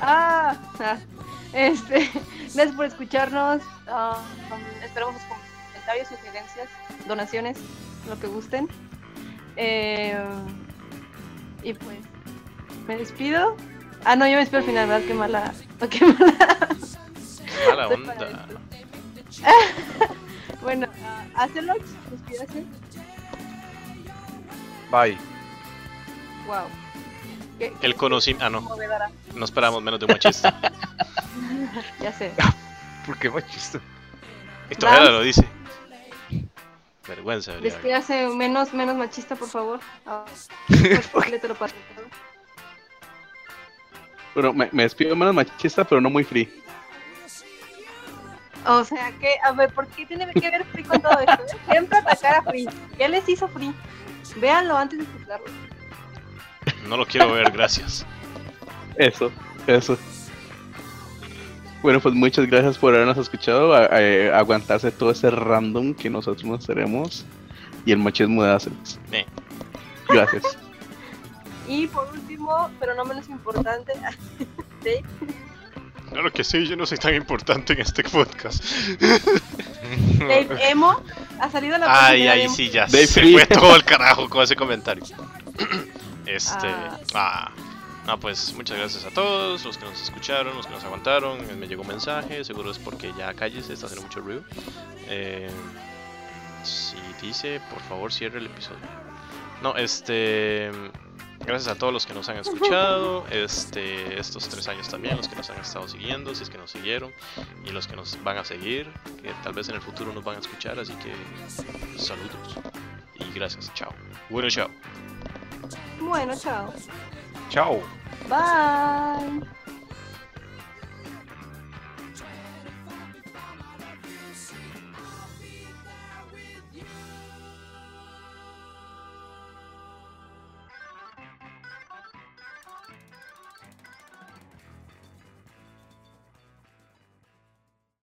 Speaker 6: Ah, ah. este, gracias por escucharnos. Ah, um, esperamos sus comentarios, sugerencias, donaciones, lo que gusten. Eh, y pues, me despido. Ah, no, yo me despido al final, ¿verdad? Qué mala. Qué mala.
Speaker 4: Qué Mala
Speaker 6: Soy para
Speaker 4: onda.
Speaker 6: Bueno, ah, hazlo, despídase.
Speaker 3: Bye.
Speaker 6: Wow. Qué-
Speaker 4: El conocimiento. Ah, no.
Speaker 6: conmovedora.
Speaker 4: No esperábamos menos de un machista.
Speaker 6: Ya sé.
Speaker 3: ¿Por qué machista?
Speaker 4: Y todavía lo dice. Vergüenza, debería haber.
Speaker 6: Despídase menos, menos machista, por favor. Ah, por heteropatriarcado.
Speaker 5: Pero me, me despido menos machista, pero no muy free.
Speaker 6: O sea que, a ver, ¿por qué tiene que ver Free con todo esto? Siempre atacar a Free. ¿Qué les hizo Free? Véanlo antes de juzgarlo.
Speaker 4: No lo quiero ver, gracias.
Speaker 5: Eso, eso. Bueno, pues muchas gracias por habernos escuchado, a- a- aguantarse todo ese random que nosotros nos tenemos y el machismo de Acelix.
Speaker 4: Eh.
Speaker 5: Gracias.
Speaker 6: Y por último, pero no menos importante, Dave,
Speaker 4: Claro que sí, yo no soy tan importante en este podcast.
Speaker 6: Dave Emo ha salido a la
Speaker 4: Ay,
Speaker 6: oportunidad
Speaker 4: ay,
Speaker 6: Emo.
Speaker 4: sí, ya
Speaker 5: De
Speaker 4: se
Speaker 5: frío.
Speaker 4: fue todo el carajo con ese comentario. Este. Ah.
Speaker 6: Ah.
Speaker 4: Ah, pues muchas gracias a todos, los que nos escucharon, los que nos aguantaron. eh, Me llegó un mensaje, seguro es porque ya calles, está haciendo mucho ruido. Eh, si dice, por favor, cierre el episodio. No, este. Gracias a todos los que nos han escuchado, este, estos tres años también, los que nos han estado siguiendo, si es que nos siguieron, y los que nos van a seguir, que tal vez en el futuro nos van a escuchar, así que saludos y gracias, chao. Bueno, chao.
Speaker 6: Bueno, chao.
Speaker 3: Chao.
Speaker 6: Bye.